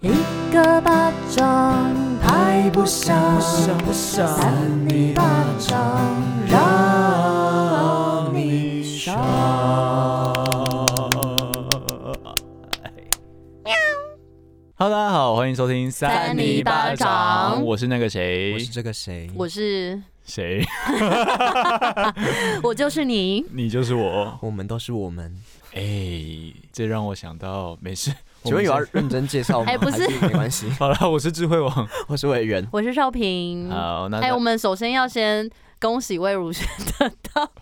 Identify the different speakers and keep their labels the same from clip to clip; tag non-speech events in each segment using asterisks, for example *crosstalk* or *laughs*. Speaker 1: 一个巴掌拍不响，
Speaker 2: 不想
Speaker 1: 扇你巴掌让你爽。
Speaker 3: Hello，大家好，欢迎收听
Speaker 1: 三尼巴掌
Speaker 3: 我是那个谁 *laughs*
Speaker 2: 我是，这个谁？
Speaker 1: 我是
Speaker 3: 谁？
Speaker 1: 我就是你，
Speaker 3: 你就是我。
Speaker 2: 我们都是我们。
Speaker 3: 哎、这让我想到，没事。
Speaker 2: 请问有
Speaker 3: 我
Speaker 2: 要
Speaker 3: 们
Speaker 2: 认真介绍吗？
Speaker 1: 哎不是
Speaker 2: 还没关系
Speaker 1: *laughs*
Speaker 3: 是。好了，我是智慧王。
Speaker 2: 我是委员。
Speaker 1: 我是少平。
Speaker 3: 好，那
Speaker 1: 哎、我们首先要先恭喜魏如萱 *laughs* 得到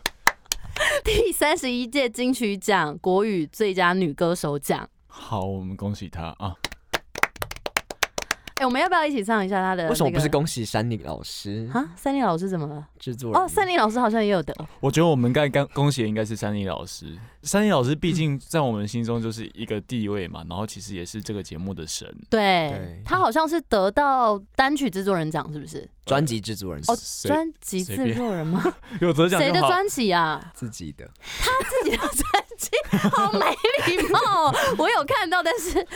Speaker 1: 第三十一届金曲奖国语最佳女歌手奖。
Speaker 3: 好，我们恭喜他啊！
Speaker 1: 哎、我们要不要一起唱一下她的、
Speaker 2: 为什么不是恭喜山里老师
Speaker 1: 啊？三立老师怎么了？
Speaker 2: 制作人？
Speaker 1: 哦，三立老师好像也有得。
Speaker 3: 我觉得我们该刚恭喜的应该是三立老师。三立老师毕竟在我们心中就是一个地位嘛，然后其实也是这个节目的神。
Speaker 1: 对
Speaker 2: 对，
Speaker 1: 他好像是得到单曲制作人奖，是不是？
Speaker 2: 专辑制作人
Speaker 1: 哦
Speaker 2: 是
Speaker 3: 谁
Speaker 1: 专辑
Speaker 3: 随
Speaker 1: 制
Speaker 3: 便
Speaker 1: 作人吗？
Speaker 3: 有得奖
Speaker 1: 谁的
Speaker 3: 就好。
Speaker 1: 专辑啊？
Speaker 2: 自己的，
Speaker 1: *laughs* 自己的专辑，好没礼貌哦。我有看到，但是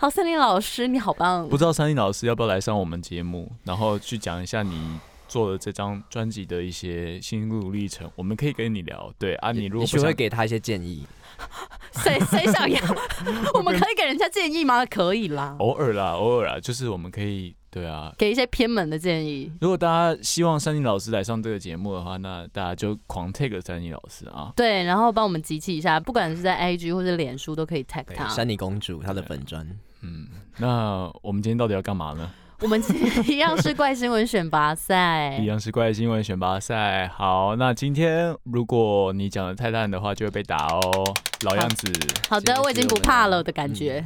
Speaker 1: 好，森林老师你好棒
Speaker 3: 不。知道三立老师要不要来上我们节目，然后去讲一下你做的这张专辑的一些心路历程，我们可以跟你聊。对啊，你如果
Speaker 2: 也
Speaker 3: 不
Speaker 2: 许
Speaker 3: 想
Speaker 2: 会给他一些建议。
Speaker 1: *laughs* 谁谁想要？ *laughs* 我们可以给人家建议吗？可以啦，
Speaker 3: 偶尔啦，偶尔啦，就是我们可以对啊。
Speaker 1: 给一些偏门的建议。
Speaker 3: 如果大家希望三立老师来上这个节目的话，那大家就狂 take 三立老师啊。
Speaker 1: 对，然后帮我们集气一下，不管是在 IG 或者脸书都可以 tag
Speaker 2: 对，
Speaker 1: 他。
Speaker 2: 山里公主她的粉砖，
Speaker 3: 嗯，那我们今天到底要干嘛呢？
Speaker 1: 我们今天一样是怪新闻选拔
Speaker 2: 哎
Speaker 1: *laughs* 赛
Speaker 3: 一，样是怪新闻选拔赛。好，那今天如果你讲的太烂的话，就会被打哦。老样子，
Speaker 1: 好的，我已经不怕了的感觉，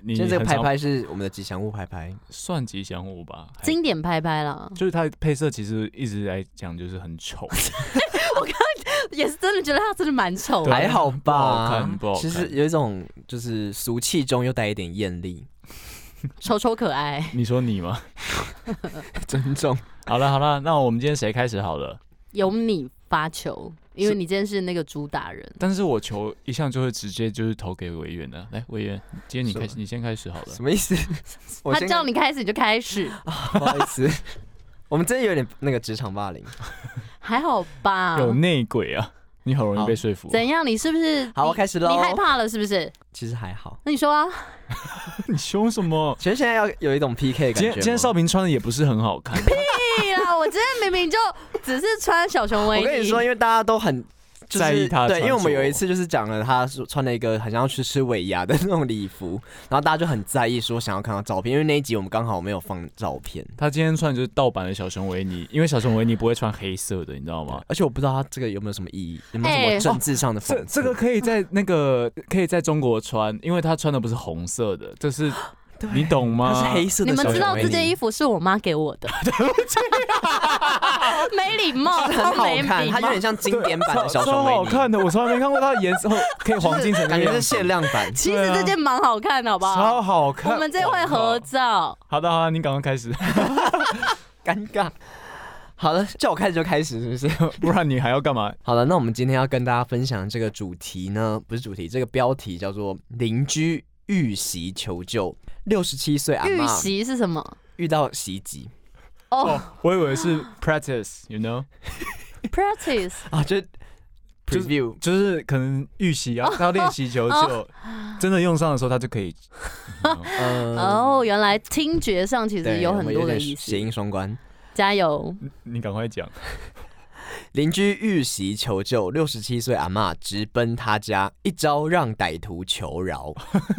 Speaker 3: 你
Speaker 2: 现在这个
Speaker 3: 很
Speaker 2: 拍
Speaker 3: 常
Speaker 2: 拍是我们的吉祥物拍拍，
Speaker 3: 算吉祥物吧？还
Speaker 1: 经典拍拍了，
Speaker 3: 就是它的配色其实一直来讲就是很丑，
Speaker 1: 也是真的觉得他真的蛮丑啊的。
Speaker 2: 还好
Speaker 3: 啊不好
Speaker 2: 吧
Speaker 3: 看不好？看
Speaker 2: 其实有一种就是俗气中又带一点
Speaker 3: *laughs*
Speaker 2: 艳丽，
Speaker 1: 丑丑可爱，
Speaker 3: 你说你吗？ *laughs*
Speaker 2: 尊重。
Speaker 3: 好了好了，那我们今天谁开始好了？
Speaker 1: 由你发球，因为
Speaker 3: 是
Speaker 1: 你今天是那个主打人。
Speaker 3: 但是我球一向就会直接就是投给委员的。来，委员，今天你开始，你先开始好了
Speaker 2: 什。么意思？我
Speaker 1: *laughs* 他
Speaker 2: 先
Speaker 1: 叫你开始你就开
Speaker 2: *laughs*
Speaker 1: 始，
Speaker 2: 不好意思，我们真的有点那个职场霸凌。
Speaker 1: 还好吧？
Speaker 3: 有内鬼啊！你好容易被说服。啊
Speaker 1: 怎样？你是不是？
Speaker 2: 好，
Speaker 1: 你
Speaker 2: 我开始
Speaker 1: 你
Speaker 2: 喽。
Speaker 1: 害怕了是不是？
Speaker 2: 其实还好，
Speaker 1: 那你说啊，
Speaker 3: *laughs*
Speaker 2: *laughs*
Speaker 3: 你凶什么？
Speaker 2: 其实现在要有一种 PK 的
Speaker 3: 今
Speaker 2: 感觉
Speaker 3: 天
Speaker 2: 吗。
Speaker 3: 今天少平穿的也不是很好看，
Speaker 1: 对啦，哎我今天明明就只是穿小熊维
Speaker 2: 我
Speaker 1: 尼。
Speaker 2: 跟你说，因为大家都很。就是、
Speaker 3: 在意他的
Speaker 2: 对，因为我
Speaker 3: 穿
Speaker 2: 们
Speaker 3: 着
Speaker 2: 有一次就是讲了，他说穿了一个很像要去吃尾牙的那种礼服，然后大家就很在意，说想要看到照片，因为那一集我们刚好没有放照片，
Speaker 3: 他今天穿的就是盗版的小熊维尼，因为小熊维尼不会穿黑色的，你知道吗？
Speaker 2: 而且我不知道他这个有没有什么意义，有没有什
Speaker 1: 哎
Speaker 2: 么政治上的讽刺、
Speaker 3: 这这个可以在那个可以在中国穿，因为他穿的不是红色的，这是
Speaker 2: 对
Speaker 3: 你懂吗？
Speaker 2: 它是黑色的
Speaker 1: 你们
Speaker 2: 小
Speaker 1: 知道
Speaker 2: 熊维
Speaker 1: 这件
Speaker 2: 尼
Speaker 1: 衣服是我妈给我
Speaker 2: *laughs*
Speaker 1: 的，没礼貌，
Speaker 2: *laughs* 很
Speaker 1: 超
Speaker 2: 好
Speaker 1: 没
Speaker 2: 看，
Speaker 1: 礼
Speaker 2: 它有
Speaker 1: 貌。
Speaker 2: 点像经典版的小
Speaker 3: 超
Speaker 2: 熊维
Speaker 3: 好
Speaker 2: 尼，
Speaker 3: 看的，我从来没看过它的颜
Speaker 2: *laughs*
Speaker 3: 色可以黄金成那
Speaker 2: 感觉
Speaker 3: 样
Speaker 2: 是，限量
Speaker 3: *laughs*
Speaker 2: 版。
Speaker 1: 其实这件蛮好看的，好不
Speaker 3: 超
Speaker 1: 好？
Speaker 3: 好看。
Speaker 1: 啊我们这会合照，
Speaker 3: 好的，好的，你赶快开始， *laughs*
Speaker 2: 尴尬。好了，叫我开始就开始，是不是？
Speaker 3: 不然你还要干嘛？
Speaker 2: 好了，那我们今天要跟大家分享这个主题呢，不是主题，这个标题叫做“邻居遇袭求救”，六十七岁阿
Speaker 1: 遇
Speaker 2: 嬷
Speaker 1: 袭是什么？
Speaker 2: 遇到袭击
Speaker 1: 哦
Speaker 3: 哦，我以为是 practice，you know，
Speaker 1: ，practice，
Speaker 2: 啊，就
Speaker 3: 就是
Speaker 2: preview
Speaker 3: 就是可能预习
Speaker 1: 哦
Speaker 3: 啊，他要练习求救，真的用上的时候他就可以。
Speaker 2: 呃，
Speaker 1: 哦，原来听觉上其实
Speaker 2: 对，
Speaker 1: 有
Speaker 2: 我
Speaker 1: 很
Speaker 2: 们
Speaker 1: 多的
Speaker 2: 点
Speaker 1: 意
Speaker 2: 谐
Speaker 1: 思。
Speaker 2: 音双关。
Speaker 1: 加油！
Speaker 3: 你赶快讲， *laughs*
Speaker 2: 邻居遇袭求救，六十七岁阿嬷直奔他家，一招让歹徒求饶。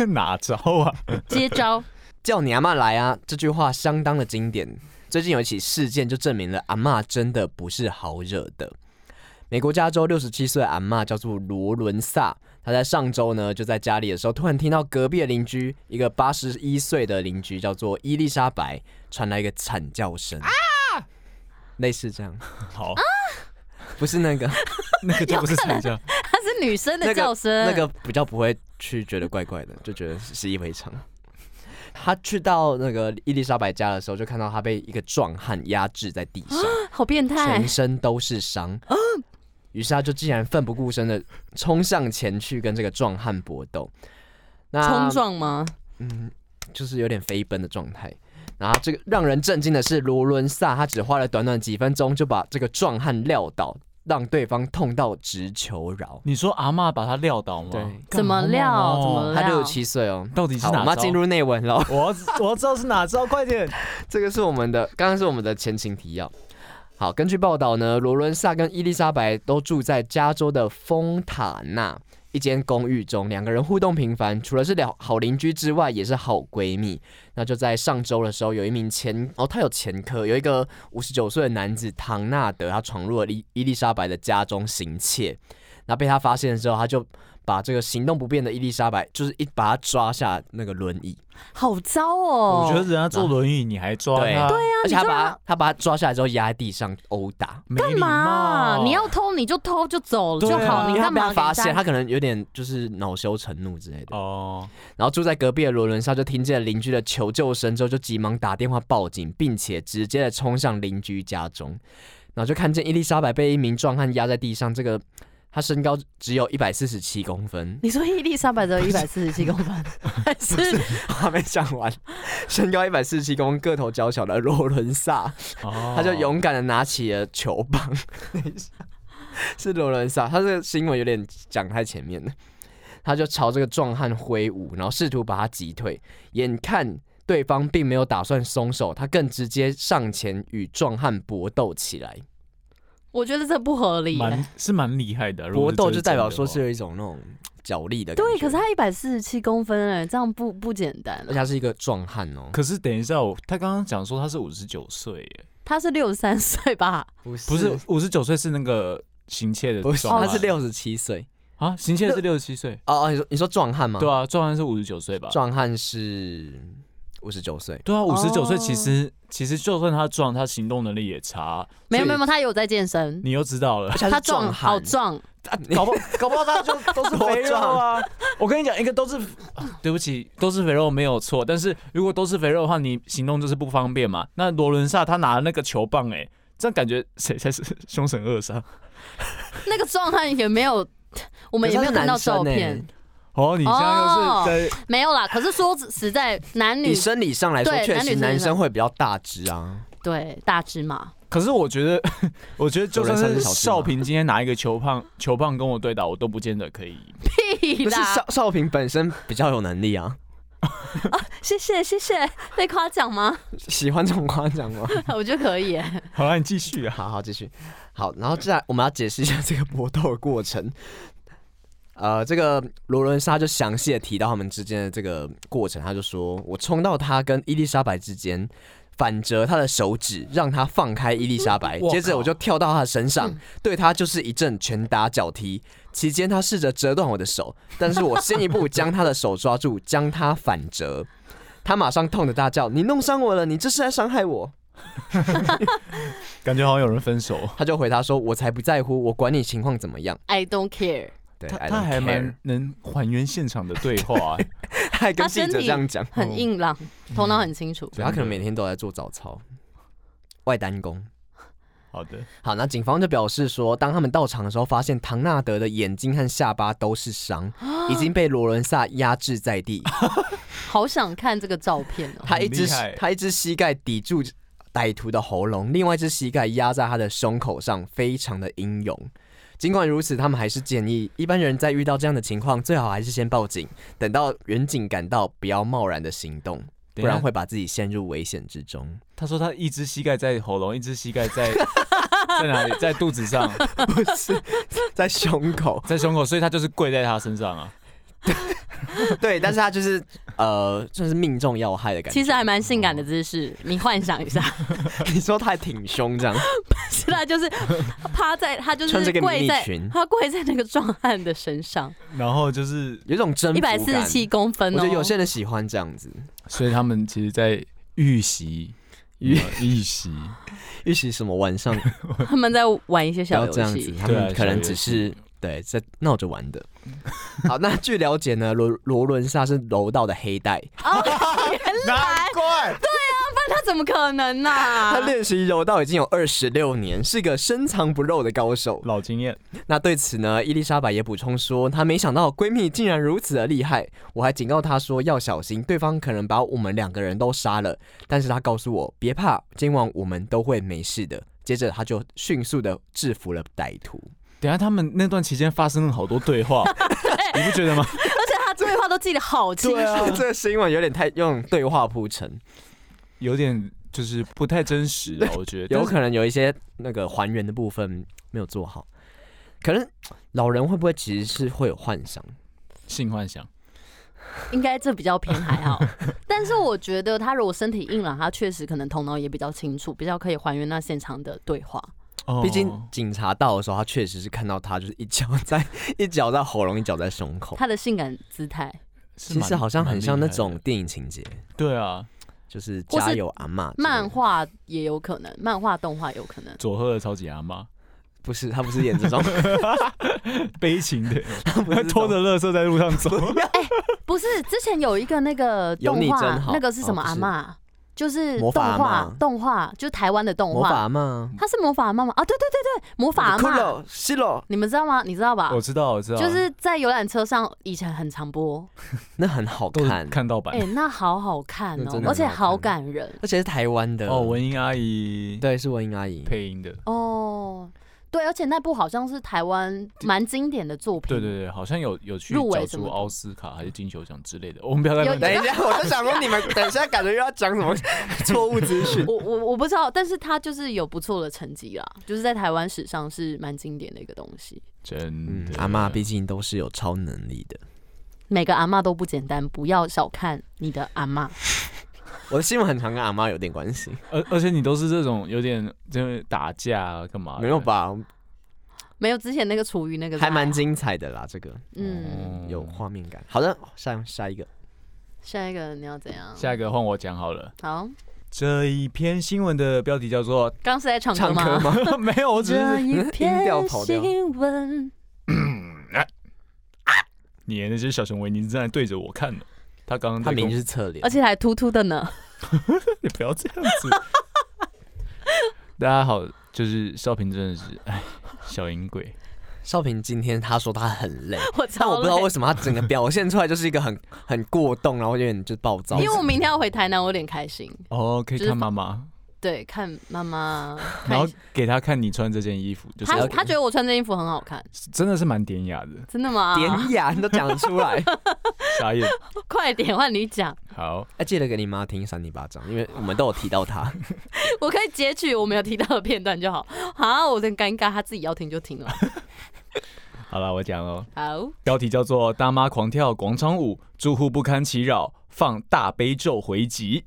Speaker 3: 哪招啊？
Speaker 1: 接
Speaker 2: *laughs*
Speaker 1: 招，
Speaker 2: 叫你阿嬷来啊！这句话相当的经典。最近有一起事件就证明了阿嬷真的不是好惹的。美国加州六十七岁阿嬷叫做罗伦萨，她在上周呢就在家里的时候，突然听到隔壁的邻居一个八十一岁的邻居叫做伊丽莎白传来一个惨叫声啊，类似这样，
Speaker 3: 好，
Speaker 1: 啊
Speaker 2: 不是那个
Speaker 3: 那个就不是吵架，
Speaker 1: 她是女生的
Speaker 2: 那个
Speaker 1: 叫声。
Speaker 2: 那个比较不会去觉得怪怪的，就觉得习以为常。他去到那个伊丽莎白家的时候，就看到她被一个壮汉压制在地上，
Speaker 1: 好变态
Speaker 2: 全！身都是伤。于是他就竟然奋不顾身的冲向前去跟这个壮汉搏斗。那
Speaker 1: 冲撞吗？
Speaker 2: 嗯，就是有点飞奔的状态。然后这个让人震惊的是，罗伦萨他只花了短短几分钟就把这个壮汉撂倒，让对方痛到直求饶。
Speaker 3: 你说阿嬷把他撂倒吗？
Speaker 2: 对
Speaker 3: 干
Speaker 1: 怎么撂
Speaker 3: 好猛哦
Speaker 1: 怎么
Speaker 2: 他六十七岁哦，
Speaker 3: 到底是
Speaker 2: 好，
Speaker 3: 哪
Speaker 2: 我们要
Speaker 3: 招
Speaker 2: 进入内文了。 *laughs*
Speaker 3: 我要我要知道是哪招，快点！
Speaker 2: 这个是我们的，刚刚是我们的前情提要。好，根据报道呢，罗伦萨跟伊丽莎白都住在加州的丰塔纳一间公寓中，两个人互动频繁，除了是两好邻居之外，也是好闺蜜。那就在上周的时候，有一名前哦，他有前科，有一个五十九岁的男子唐纳德，他闯入了伊伊丽莎白的家中行窃。那被他发现之后，他就把这个行动不便的伊丽莎白，就是一把他抓下那个轮椅，
Speaker 1: 好糟哦！啊
Speaker 3: 我觉得人家坐轮椅你还抓
Speaker 2: 对
Speaker 3: 他，对呀，
Speaker 2: 而且他
Speaker 1: 你知道
Speaker 2: 把他他把他抓下来之后压在地上殴打，
Speaker 3: 没
Speaker 1: 干
Speaker 3: 礼
Speaker 1: 嘛？
Speaker 3: 貌。
Speaker 1: 你要偷你就偷就走
Speaker 3: 对
Speaker 1: 就
Speaker 3: 啊
Speaker 1: 好，
Speaker 2: 因
Speaker 1: 你
Speaker 2: 为他
Speaker 1: 干嘛
Speaker 2: 被他
Speaker 1: 给
Speaker 2: 发
Speaker 1: 人家
Speaker 2: 现，他可能有点就是恼羞成怒之类的。
Speaker 3: 哦，
Speaker 2: 然后住在隔壁的罗伦莎就听见邻居的求救声之后，就急忙打电话报警，并且直接的冲向邻居家中，然后就看见伊丽莎白被一名壮汉压在地上，这个他身高只有一百四十七公分， *laughs*
Speaker 1: 你说伊丽莎白只有一百四十七公分，
Speaker 3: *laughs*
Speaker 1: 还是
Speaker 2: 还没讲完， *laughs* 身高一百四十七公分，个头娇小的罗伦萨。
Speaker 3: 他
Speaker 2: *laughs* 他就勇敢的拿起了球棒，哦 *laughs* 等一下是罗伦萨，他这个新闻有点讲太前面了，他就朝这个壮汉挥舞，然后试图把他击退，眼看对方并没有打算松手，他更直接上前与壮汉搏斗起来。
Speaker 1: 我觉得这不合理、
Speaker 3: 蛮
Speaker 1: 欸。
Speaker 3: 是蛮厉害的。如果
Speaker 2: 搏
Speaker 3: 是
Speaker 2: 斗
Speaker 3: 这
Speaker 2: 就是代
Speaker 3: 真
Speaker 2: 表
Speaker 3: 的
Speaker 2: 说
Speaker 3: 话
Speaker 2: 是有一种那种角力的感
Speaker 1: 对，
Speaker 2: 觉，
Speaker 1: 可是他一百四十七公分哎、这样不不简单、
Speaker 2: 而且他是一个壮汉哦，
Speaker 3: 可是等一下，我他刚刚讲说他是五十九岁耶，
Speaker 1: 他是六十三岁吧？
Speaker 2: 不
Speaker 3: 不是五十九岁是那个行窃的
Speaker 2: 不
Speaker 3: 壮
Speaker 2: 是，
Speaker 3: 汉，
Speaker 2: 他是六十七岁。
Speaker 3: 啊，行窃的是六十七岁，
Speaker 2: 哦哦，你说你说壮汉吗？
Speaker 3: 对，啊，壮汉是五十九岁吧？
Speaker 2: 壮汉是五十九岁。
Speaker 3: 对啊，五十九岁其
Speaker 1: 哦
Speaker 3: 实其实就算他壮，他行动能力也差，
Speaker 1: 没有没有，没有他有在健身，
Speaker 3: 你又知道了
Speaker 2: 而。且他
Speaker 1: 他
Speaker 2: 是壮
Speaker 1: 壮
Speaker 2: 汉
Speaker 1: 好，壮，
Speaker 2: 啊
Speaker 3: 搞不搞不好他就 *laughs* 都是肥肉啊！我跟你讲，一个都是， *sighs* 啊对不起，都是肥肉没有错。但是如果都是肥肉的话，你行动就是不方便嘛。那罗伦萨他拿了那个球棒、哎，这样感觉谁才是凶神恶煞？ *laughs*
Speaker 1: 那个壮汉也没有，我们也没有看到照片，
Speaker 3: 哦，你现
Speaker 1: 哦
Speaker 3: 在又是在
Speaker 1: 没有啦。可是说实在，男女
Speaker 2: 以生理上来
Speaker 1: 嗯
Speaker 2: 说，
Speaker 1: 对
Speaker 2: 确
Speaker 1: 男女
Speaker 2: 实
Speaker 1: 生
Speaker 2: 男
Speaker 1: 理上
Speaker 2: 生会比较大只啊。
Speaker 1: 对大只嘛，
Speaker 3: 可是我觉得， *laughs* 我觉得就算
Speaker 2: 有人
Speaker 3: 是
Speaker 2: 上去小
Speaker 3: 少平今天拿一个球棒，球棒跟我对打，我都不见得可以 *laughs* 赢。
Speaker 1: 屁
Speaker 2: 可是
Speaker 1: 啦
Speaker 2: 少！少平本身比较有能力啊，
Speaker 1: 谢谢谢谢， *laughs* 被夸奖吗？
Speaker 2: 喜欢这种夸奖吗？
Speaker 1: *laughs* 我觉得可以、欸。
Speaker 3: 好了，你继续啊。
Speaker 2: 好好继续，好，然后接下来我们要解释一下这个搏斗的过程。呃，这个罗伦莎就详细的提到他们之间的这个过程，他就说：“我冲到他跟伊丽莎白之间，反折他的手指，让他放开伊丽莎白，
Speaker 3: 我靠
Speaker 2: 接着我就跳到他的身上，对他就是一阵拳打脚踢。期间，他试着折断我的手，但是我先一步将他的手抓住，将他反折。他马上痛得大叫：‘你弄伤我了！你这是在伤害我！’
Speaker 3: 感觉好像有人分手。
Speaker 2: 他就回答说：“我才不在乎，我管你情况怎么样。
Speaker 1: *laughs* I don't care，
Speaker 2: 对”
Speaker 3: 他
Speaker 2: I
Speaker 3: 他
Speaker 2: don't
Speaker 3: 还
Speaker 2: care
Speaker 3: 蛮能还原现场的对话、哎
Speaker 2: 他 *laughs* 还跟
Speaker 1: 他
Speaker 2: 记
Speaker 1: 身
Speaker 2: 者这
Speaker 1: 体
Speaker 2: 样讲，哦
Speaker 1: 很硬朗，头脑很清楚。
Speaker 2: 对他可能每天都在做早操，外单工。
Speaker 3: *laughs* 好的，
Speaker 2: 好，那警方就表示说，当他们到场的时候，发现唐纳德的眼睛和下巴都
Speaker 1: *gasps*
Speaker 2: 是伤，已经被罗伦萨压制在地，
Speaker 1: 好想看这个照片哦、
Speaker 2: 他一只
Speaker 3: 很厉害
Speaker 2: 他一只膝盖抵住歹徒的喉咙，另外一只膝盖压在他的胸口上，非常的英勇。尽管如此，他们还是建议一般人在遇到这样的情况，最好还是先报警，等到远警赶到，不要贸然的行动，不
Speaker 3: 等一下
Speaker 2: 然会把自己陷入危险之中。
Speaker 3: 他说他一只膝盖在喉咙，一只膝盖在 *laughs* 在哪里？在肚子上， *laughs*
Speaker 2: 不是在胸口，
Speaker 3: 在胸口，所以他就是跪在他身上啊。
Speaker 2: 对，但是他就是呃，算是命中要害的感觉。哦
Speaker 1: 其实还蛮性感的姿势，你幻想一
Speaker 2: *laughs*
Speaker 1: 下，
Speaker 2: 你说他还挺胸这样，
Speaker 1: 是他
Speaker 2: *laughs*
Speaker 1: 就是趴在，他就
Speaker 2: 穿
Speaker 1: 是
Speaker 2: 这个迷
Speaker 1: 跪
Speaker 2: 你
Speaker 1: 在
Speaker 2: 裙，
Speaker 1: 他跪在那个壮汉的身上，
Speaker 3: 然后就是，
Speaker 2: 有一种征服
Speaker 1: 一
Speaker 2: 感
Speaker 1: 百四十七。公分
Speaker 2: 我
Speaker 1: 哦、
Speaker 2: 觉得有些人喜欢这样子，
Speaker 3: 所以他们其实，在预习。
Speaker 2: 预
Speaker 3: 预习，
Speaker 2: 预习什么晚上
Speaker 1: 他们在玩一些
Speaker 2: 不
Speaker 1: 小
Speaker 2: 要
Speaker 1: 游
Speaker 2: 这样子
Speaker 1: 戏，，
Speaker 2: 他
Speaker 3: 对啊
Speaker 2: 们可
Speaker 3: 小
Speaker 2: 能
Speaker 3: 游
Speaker 2: 只
Speaker 3: 戏
Speaker 2: 是对在闹着玩的。 *laughs* 好，那据了解 *laughs* 呢，罗罗伦萨是柔道的黑带，
Speaker 1: 哦，原来
Speaker 3: 怪
Speaker 1: 他那怎么可能呢、啊
Speaker 2: 他练习柔道已经有二十六年，是个深藏不露的高手。
Speaker 3: 老经验，
Speaker 2: 那对此呢，伊丽莎白也补充说，她没想到闺蜜竟然如此的厉害。我还警告她说要小心，对方可能把我们两个人都杀了。但是她告诉我别怕，今晚我们都会没事的。接着她就迅速的制服了歹徒。
Speaker 3: 等一下他们那段期间发生了好多对
Speaker 2: *laughs*
Speaker 3: 话，你不觉得吗？
Speaker 1: 而且他对话都记得好清
Speaker 3: 对啊
Speaker 1: 楚。
Speaker 2: *laughs* 这个新闻有点太用对话铺陈，
Speaker 3: 有点就是不太真实了，我觉得
Speaker 2: 有可能有一些那个还原的部分没有做好。可能老人会不会其实是会有幻想？
Speaker 3: 但是性幻想，
Speaker 1: 应该这比较偏还好， *laughs* 但是我觉得他如果身体硬朗，他确实可能头脑也比较清楚，比较可以还原那现场的对话。
Speaker 3: 哦
Speaker 2: 毕竟警察到的时候，他确实是看到他就是一脚在 *laughs* 一脚在喉咙，一脚在胸口。
Speaker 1: 他的性感姿态，
Speaker 3: 是
Speaker 2: 其
Speaker 3: 蛮
Speaker 2: 实好像很像那
Speaker 3: 蛮厉欸
Speaker 2: 种电影情节，
Speaker 3: 害的对啊，
Speaker 2: 就是
Speaker 1: 或
Speaker 2: 家
Speaker 1: 是
Speaker 2: 有阿嬷之类的
Speaker 1: 漫画也有可能，漫画动画有可
Speaker 2: *laughs*
Speaker 1: 能。
Speaker 3: 佐贺的超级阿妈，
Speaker 2: 不是他不是演
Speaker 3: *laughs*
Speaker 2: 这种，
Speaker 3: 悲情的，
Speaker 2: 他不是这
Speaker 3: *laughs* 拖
Speaker 2: 种
Speaker 3: 着垃圾在路上走，
Speaker 1: 不是，之前有一个那个
Speaker 2: 有
Speaker 1: 动
Speaker 2: 你
Speaker 1: 画
Speaker 2: 真好，
Speaker 1: 那个是什么
Speaker 2: 哦不
Speaker 1: 阿
Speaker 2: 是
Speaker 1: 嬷？就是
Speaker 2: 魔
Speaker 1: 动
Speaker 2: 法阿
Speaker 1: 画
Speaker 2: 嬷，
Speaker 1: 动画就是台湾的动
Speaker 2: 魔法
Speaker 1: 画，
Speaker 2: 阿嬷，
Speaker 1: 它是魔法阿嬷吗？啊，对对对对，魔法阿嬷，
Speaker 2: 了是了，
Speaker 1: 你们知道吗？你知道吧
Speaker 3: 我？知道我知道，
Speaker 1: 就是在游览车上以前很常播，
Speaker 2: 那很好
Speaker 3: 都
Speaker 2: 看
Speaker 3: 是，看到版
Speaker 1: 哎，那好好看
Speaker 2: *laughs* 那
Speaker 1: 哦
Speaker 2: 真，的
Speaker 1: 而且
Speaker 2: 很好
Speaker 1: 好
Speaker 2: 看
Speaker 1: 感人
Speaker 2: 而且是台湾的
Speaker 3: 哦，文英阿姨
Speaker 2: 对是文英阿姨，
Speaker 3: 配音的，
Speaker 1: 哦。对，而且那部好像是台湾蛮经典的作品，
Speaker 3: 对对对，好像有有去
Speaker 1: 入围
Speaker 3: 角
Speaker 1: 什么
Speaker 3: 逐
Speaker 1: 的
Speaker 3: 奥斯卡还是金球奖之类的，我们不要再
Speaker 1: 有
Speaker 3: 乱
Speaker 2: 等
Speaker 3: 讲
Speaker 2: 一下，我就想说
Speaker 1: *laughs*
Speaker 2: 你们等一下感觉又要讲什么错误资讯，
Speaker 1: 我我我不知道，但是它就是有不错的成绩啦，就是在台湾史上是蛮经典的一个东西。
Speaker 3: 真
Speaker 2: 嗯
Speaker 3: 的，
Speaker 2: 阿嬷毕竟都是有超能力的。
Speaker 1: 每个阿嬷都不简单，不要小看你的阿嬷。
Speaker 2: 我的新闻很常跟阿嬷有点关系，
Speaker 3: 而而且你都是这种有点就是打架啊干嘛的？
Speaker 2: 没有吧？
Speaker 1: 没有之前那个厨余那个是
Speaker 2: 还
Speaker 1: 还
Speaker 2: 蛮
Speaker 1: 好
Speaker 2: 精彩的啦，这个
Speaker 1: 嗯。
Speaker 3: 哦
Speaker 2: 有画面感。好的，下下一个，
Speaker 1: 下一个你要怎样？
Speaker 3: 下一个换我讲好了。
Speaker 1: 好，
Speaker 3: 这一篇新闻的标题叫做
Speaker 1: 刚是在唱歌
Speaker 2: 唱歌
Speaker 1: 吗？
Speaker 2: 吗？
Speaker 3: *laughs* 没有，我只
Speaker 1: 这
Speaker 3: 是
Speaker 1: 一篇
Speaker 2: *laughs* 音调跑掉
Speaker 1: 新闻，
Speaker 3: 你那只小熊维尼正在对着我看呢。他刚刚
Speaker 2: 他
Speaker 3: 在跟
Speaker 2: 明
Speaker 3: 我
Speaker 2: 明是侧脸
Speaker 1: 而，且还突突的呢。
Speaker 3: 你不要这样子。 *laughs* 大家好，就是少平真的是哎，小淫鬼。
Speaker 2: 少平今天他说他很累，
Speaker 1: 我
Speaker 2: 但
Speaker 1: 操！
Speaker 2: 我不知道为什么他整个表现出来就是一个很很过动，然后有点就暴躁
Speaker 1: 因。为我明天要回台南，我有点开心。
Speaker 3: 哦，可以
Speaker 1: 就是
Speaker 3: 看妈妈，
Speaker 1: 对，看妈妈，
Speaker 3: 然后
Speaker 1: 看
Speaker 3: 给他看你穿这件衣服，就是
Speaker 1: 她
Speaker 3: 要
Speaker 1: 她觉得我穿这件衣服很好看，
Speaker 3: 真的是蛮典雅的。
Speaker 1: 真的吗？
Speaker 2: 典雅，你都讲得出来。 *laughs*
Speaker 3: 傻眼。
Speaker 1: *laughs* 快点换你讲，
Speaker 3: 好，
Speaker 2: 哎，记得给你妈听扇你巴掌，因为我们都有提到他。
Speaker 1: 我可以截取我没有提到的片段就好。好，我真尴尬，她自己要听就听了。
Speaker 3: 好了，我讲喽。
Speaker 1: 好，
Speaker 3: 标题叫做《大妈狂跳广场舞，住户不堪其扰，放大悲咒回击》。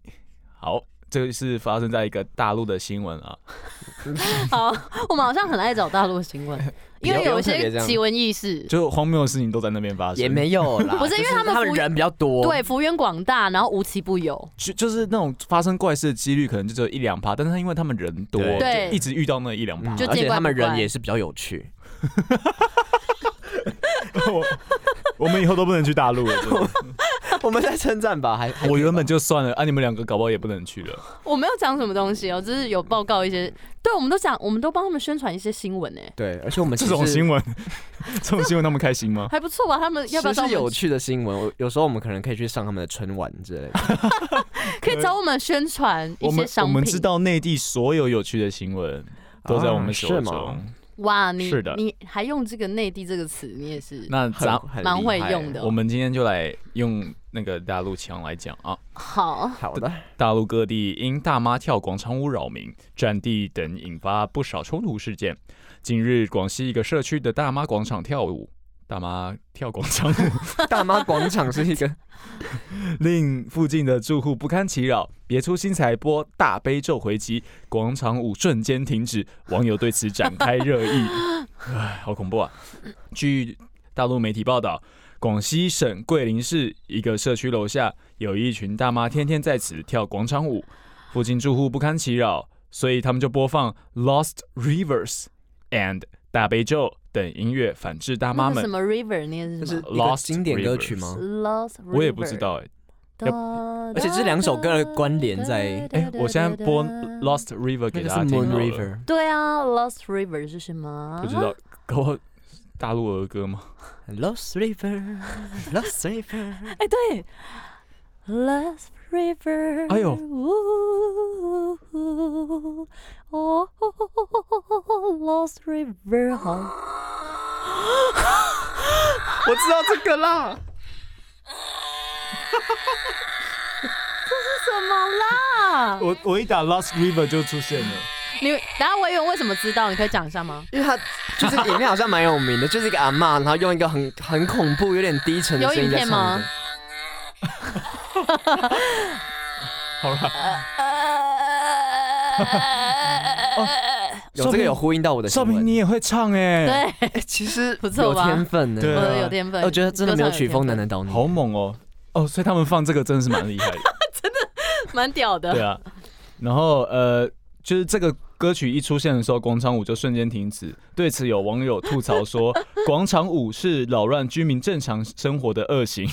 Speaker 3: 好，这是发生在一个大陆的新闻啊。
Speaker 1: 好，我们好像很爱找大陆新闻，因为有一
Speaker 2: 不用特别
Speaker 1: 些
Speaker 2: 这样
Speaker 1: 奇闻异事。
Speaker 3: 就荒谬的事情都在那边发生，
Speaker 2: 也没有啦，
Speaker 1: 不是因为
Speaker 2: 就
Speaker 1: 他们
Speaker 2: 他们
Speaker 1: 服
Speaker 2: 人比较多，，
Speaker 1: 对，幅员广大，然后无奇不有。
Speaker 3: 就就是那种发生怪事的几率可能就只有一两趴，但是他因为他们人多，
Speaker 2: 对
Speaker 1: 对
Speaker 3: 就一直遇到那一两趴
Speaker 2: 嗯，
Speaker 1: 就
Speaker 2: 而
Speaker 1: 见
Speaker 2: 且
Speaker 1: 怪
Speaker 2: 他们
Speaker 1: 不
Speaker 2: 人
Speaker 1: 怪
Speaker 2: 也是比较有趣。 *laughs*
Speaker 3: *laughs* 我我们以后都不能去大陆了。真的
Speaker 2: 我们在称赞吧，还还
Speaker 3: 我
Speaker 2: 可以
Speaker 3: 原
Speaker 2: 吧
Speaker 3: 本就算了，啊，你们两个搞不好也不能去了。
Speaker 1: 我没有讲什么东西哦，只是有报告一些。对，我们都讲，我们都帮他们宣传一些新闻呢、欸
Speaker 2: 对，而且我们
Speaker 3: *laughs* 这
Speaker 2: 其
Speaker 3: 种
Speaker 2: 实
Speaker 3: 新闻，这种新闻他们开心吗？
Speaker 1: 还不错吧？他们要不要
Speaker 2: 其
Speaker 1: 找
Speaker 2: 实
Speaker 1: 我
Speaker 2: 是有
Speaker 1: 们？
Speaker 2: 趣的新闻，我有时候我们可能可以去上他们的春晚之
Speaker 1: *laughs*
Speaker 2: 类的。
Speaker 1: 可以找我们宣传一
Speaker 3: 我
Speaker 1: 些
Speaker 3: 们
Speaker 1: 商
Speaker 3: 呃我
Speaker 1: 品。
Speaker 3: 们知道内地所有有趣的新闻都在我们
Speaker 2: 啊
Speaker 3: 手
Speaker 2: 是吗
Speaker 3: 中。
Speaker 1: 哇，你
Speaker 3: 是的
Speaker 1: 你还用这个“内地”这个词，你也是
Speaker 3: 那咱
Speaker 2: *laughs* 很
Speaker 1: 蛮
Speaker 2: 厉
Speaker 1: 会
Speaker 2: 害
Speaker 1: 用的哦
Speaker 3: 我们今天就来用那个大陆腔来讲啊。
Speaker 1: 好。
Speaker 2: 好的，
Speaker 3: 大陆各地因大妈跳广场舞扰民、占地等引发不少冲突事件。近日，广西一个社区的大妈广场跳舞，大妈跳广场舞
Speaker 2: *laughs* 大妈广场
Speaker 3: *laughs*
Speaker 2: 是一个
Speaker 3: 令附近的住户不堪其扰，别出心裁播大悲咒回击，广场舞瞬间停止，网友对此展开热议。唉，好恐怖啊！据大陆媒体报道，广西省桂林市一个社区楼下有一群大妈天天在此跳广场舞，附近住户不堪其扰，所以他们就播放《Lost Rivers》and《大悲咒》等音乐反制大妈
Speaker 1: 那个什
Speaker 3: 们。
Speaker 1: 么 River，你也是
Speaker 2: 就
Speaker 1: 什
Speaker 2: 是
Speaker 1: 么
Speaker 2: 一个
Speaker 3: Lost
Speaker 2: 经典歌曲吗？
Speaker 1: Lost？
Speaker 3: 我也不知。道哎、
Speaker 1: 哒
Speaker 2: 而且这两首歌的关联在
Speaker 3: 哎、我现在播 Lost River
Speaker 2: 那
Speaker 3: 给
Speaker 2: 个
Speaker 3: 大家
Speaker 2: 是
Speaker 3: 听
Speaker 2: Moon
Speaker 3: 好了
Speaker 2: River，
Speaker 1: 对啊，Lost River 是什么？哦
Speaker 3: 不知道，搞不好大陆儿歌吗？
Speaker 2: Lost *laughs* River，Lost
Speaker 1: *laughs*
Speaker 2: River，
Speaker 1: 哎，对，Lost River。
Speaker 3: 哎呦
Speaker 1: 呜，哦哦，Lost River 好，
Speaker 2: 我知道这个啦。
Speaker 1: 怎么啦？
Speaker 3: 我我一打 Lost River 就出现了，
Speaker 1: 你等下委员为什么知道？你可以讲一
Speaker 3: *laughs*
Speaker 1: 下吗？
Speaker 2: 因为它就是里面好像蛮有名的，就是一个阿嬷，然后用一个很很恐怖、有点低沉的声音在
Speaker 1: 有影片
Speaker 2: 唱
Speaker 1: 吗
Speaker 2: 歌。
Speaker 3: 好了，哦
Speaker 2: 有这个有呼应到我的新
Speaker 3: 少平
Speaker 2: 闻。
Speaker 3: 你也会唱哎、
Speaker 1: 对， *laughs*
Speaker 2: 哎其实
Speaker 1: 不错
Speaker 2: 有
Speaker 1: 吧
Speaker 2: 天分呢。
Speaker 3: 对
Speaker 1: 我
Speaker 3: 啊
Speaker 1: 的有天分。
Speaker 2: 哦我觉得真的没有曲风难难倒你。
Speaker 3: 好猛哦、哦，所以他们放这个真的是蛮厉害的，
Speaker 1: 蛮屌
Speaker 3: 对
Speaker 1: 的。
Speaker 3: 啊。然后呃，就是这个歌曲一出现的时候，广场舞就瞬间停止。对此，有网友吐槽说，广场舞是扰乱居民正常生活的恶行。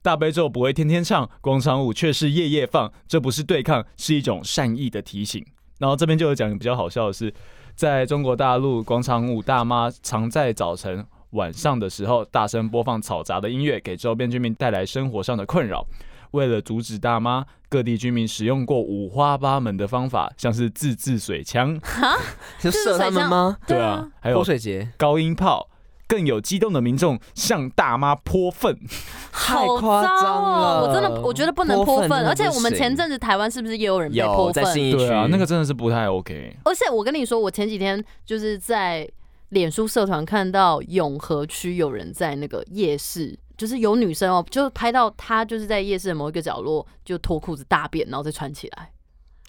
Speaker 3: 大悲咒不会天天唱，广场舞却是夜夜放，这不是对抗，是一种善意的提醒。然后这边就有讲比较好笑的是，在中国大陆，广场舞大妈常在早晨、晚上的时候大声播放嘈杂的音乐，给周边居民带来生活上的困扰。为了阻止大妈，各地居民使用过五花八门的方法，像是自制水
Speaker 1: *laughs*
Speaker 3: 枪，
Speaker 2: 就射他们吗？
Speaker 1: 对啊，
Speaker 3: 还有
Speaker 2: 泼水节
Speaker 3: 高音炮。更有激动的民众向大妈泼粪，
Speaker 1: 好
Speaker 2: 太夸张
Speaker 1: 糟哦我真的
Speaker 2: 了
Speaker 1: 我觉得不能
Speaker 2: 泼
Speaker 1: 泼
Speaker 2: 粪
Speaker 1: 粪，
Speaker 2: 真的
Speaker 1: 而且
Speaker 2: 不
Speaker 1: 我们
Speaker 2: 行
Speaker 1: 前阵子台湾是不是也有人被
Speaker 2: 有
Speaker 1: 泼
Speaker 2: 在
Speaker 1: 粪？
Speaker 2: 信义区
Speaker 3: 对啊，那个真的是不太 OK。
Speaker 1: 而且我跟你说，我前几天就是在脸书社团看到永和区有人在那个夜市，就是有女生哦，就拍到她就是在夜市的某一个角落就脱裤子大便，然后再穿起来，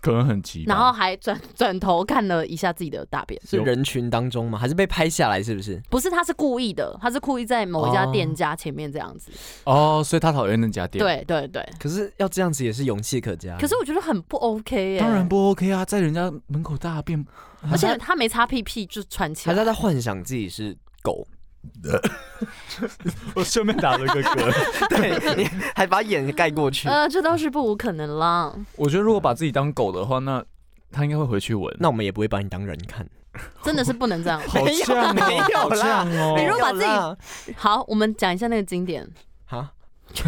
Speaker 3: 可能很急吧，
Speaker 1: 然后还转转头看了一下自己的大便。
Speaker 2: 是人群当中吗？还是被拍下来？是不是？
Speaker 1: 不是，她是故意的，她是故意在某一家
Speaker 2: 哦
Speaker 1: 店家前面这样子。
Speaker 3: 哦，所以他讨厌那家店，，
Speaker 1: 对对对，
Speaker 2: 可是要这样子也是勇气可嘉。
Speaker 1: 可是我觉得很不 OK 耶、
Speaker 3: 啊当然，不 OK 啊，在人家门口大便，
Speaker 1: 而且她没擦屁屁就穿起
Speaker 2: 还
Speaker 1: 来
Speaker 2: 是。他在幻想自己是 *laughs* 狗，
Speaker 3: 我顺便打了个嗝。
Speaker 2: *laughs* 对，你还把眼盖过去。
Speaker 1: 呃，这倒是不无可能啦。
Speaker 3: 我觉得如果把自己当狗的话，那他应该会回去闻。
Speaker 2: 那我们也不会把你当人看。
Speaker 1: 真的是不能这样。
Speaker 3: 好呛哦，
Speaker 2: 没有没有
Speaker 3: 好
Speaker 2: 啦
Speaker 3: 呛
Speaker 1: 你
Speaker 3: 哦
Speaker 1: 如，果把自己
Speaker 2: 没有 *laughs* 啦
Speaker 1: 好，我们讲一下那个经典。
Speaker 2: 啊，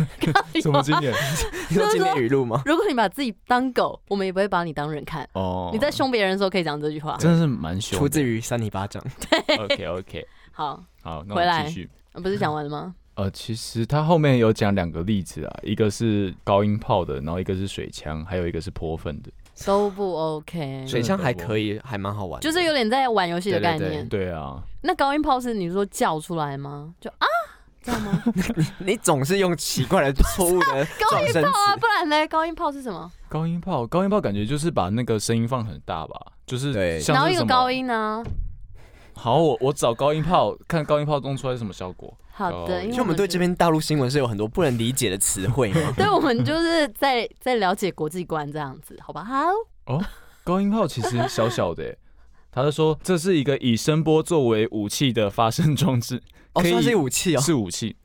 Speaker 3: *laughs* 什么经典？
Speaker 2: 你说今天语录 *laughs* 吗？
Speaker 1: 如果你把自己当狗，我们也不会把你当人看。
Speaker 3: 哦，
Speaker 1: 你在凶别人的时候可以讲这句话。
Speaker 3: 真的是蛮凶的。
Speaker 2: 出自于扇你巴掌。
Speaker 3: OK OK，
Speaker 1: 好，
Speaker 3: 好，那
Speaker 1: 回
Speaker 3: 我
Speaker 1: 来
Speaker 3: 继续。
Speaker 1: 呃不是讲完
Speaker 3: *laughs*
Speaker 1: 了吗？
Speaker 3: 呃，其实他后面有讲两个例子啊，一个是高音炮的，然后一个是水枪，还有一个是泼粪的。
Speaker 1: 都不 OK，
Speaker 2: 水枪还可以，还蛮好玩的。
Speaker 1: 就是有点在玩游戏的概
Speaker 2: 对对
Speaker 1: 念。
Speaker 3: 对啊，
Speaker 1: 那高音炮是你说叫出来吗？就啊，这样吗？
Speaker 2: 你总是用奇怪的、错误的
Speaker 1: *laughs* 高
Speaker 2: 撞
Speaker 1: 音
Speaker 3: *laughs*
Speaker 2: 声
Speaker 1: 炮啊，
Speaker 2: 词。
Speaker 1: 不然呢？高音炮是什么？
Speaker 3: 高音炮，高音炮感觉就是把那个声音放很大吧，就是
Speaker 2: 对
Speaker 3: 像
Speaker 1: 然后
Speaker 3: 是
Speaker 1: 一个
Speaker 3: 什么
Speaker 1: 高。音呢？
Speaker 3: 好，我我找高音炮，看高音炮弄出来是什么效果。
Speaker 1: 好
Speaker 3: 高
Speaker 1: 的，因
Speaker 2: 就
Speaker 1: 为
Speaker 2: 我们对这边大陆新闻是有很多不能理解的词汇嘛。
Speaker 1: *laughs* 对我们就是在在了解国际观这样子，好吧？好，
Speaker 3: 高音炮其实小小的欸、他就说这是一个以声波作为武器的发声装置，
Speaker 2: 哦，
Speaker 3: 可以
Speaker 2: 算是武器哦。
Speaker 3: 是武器，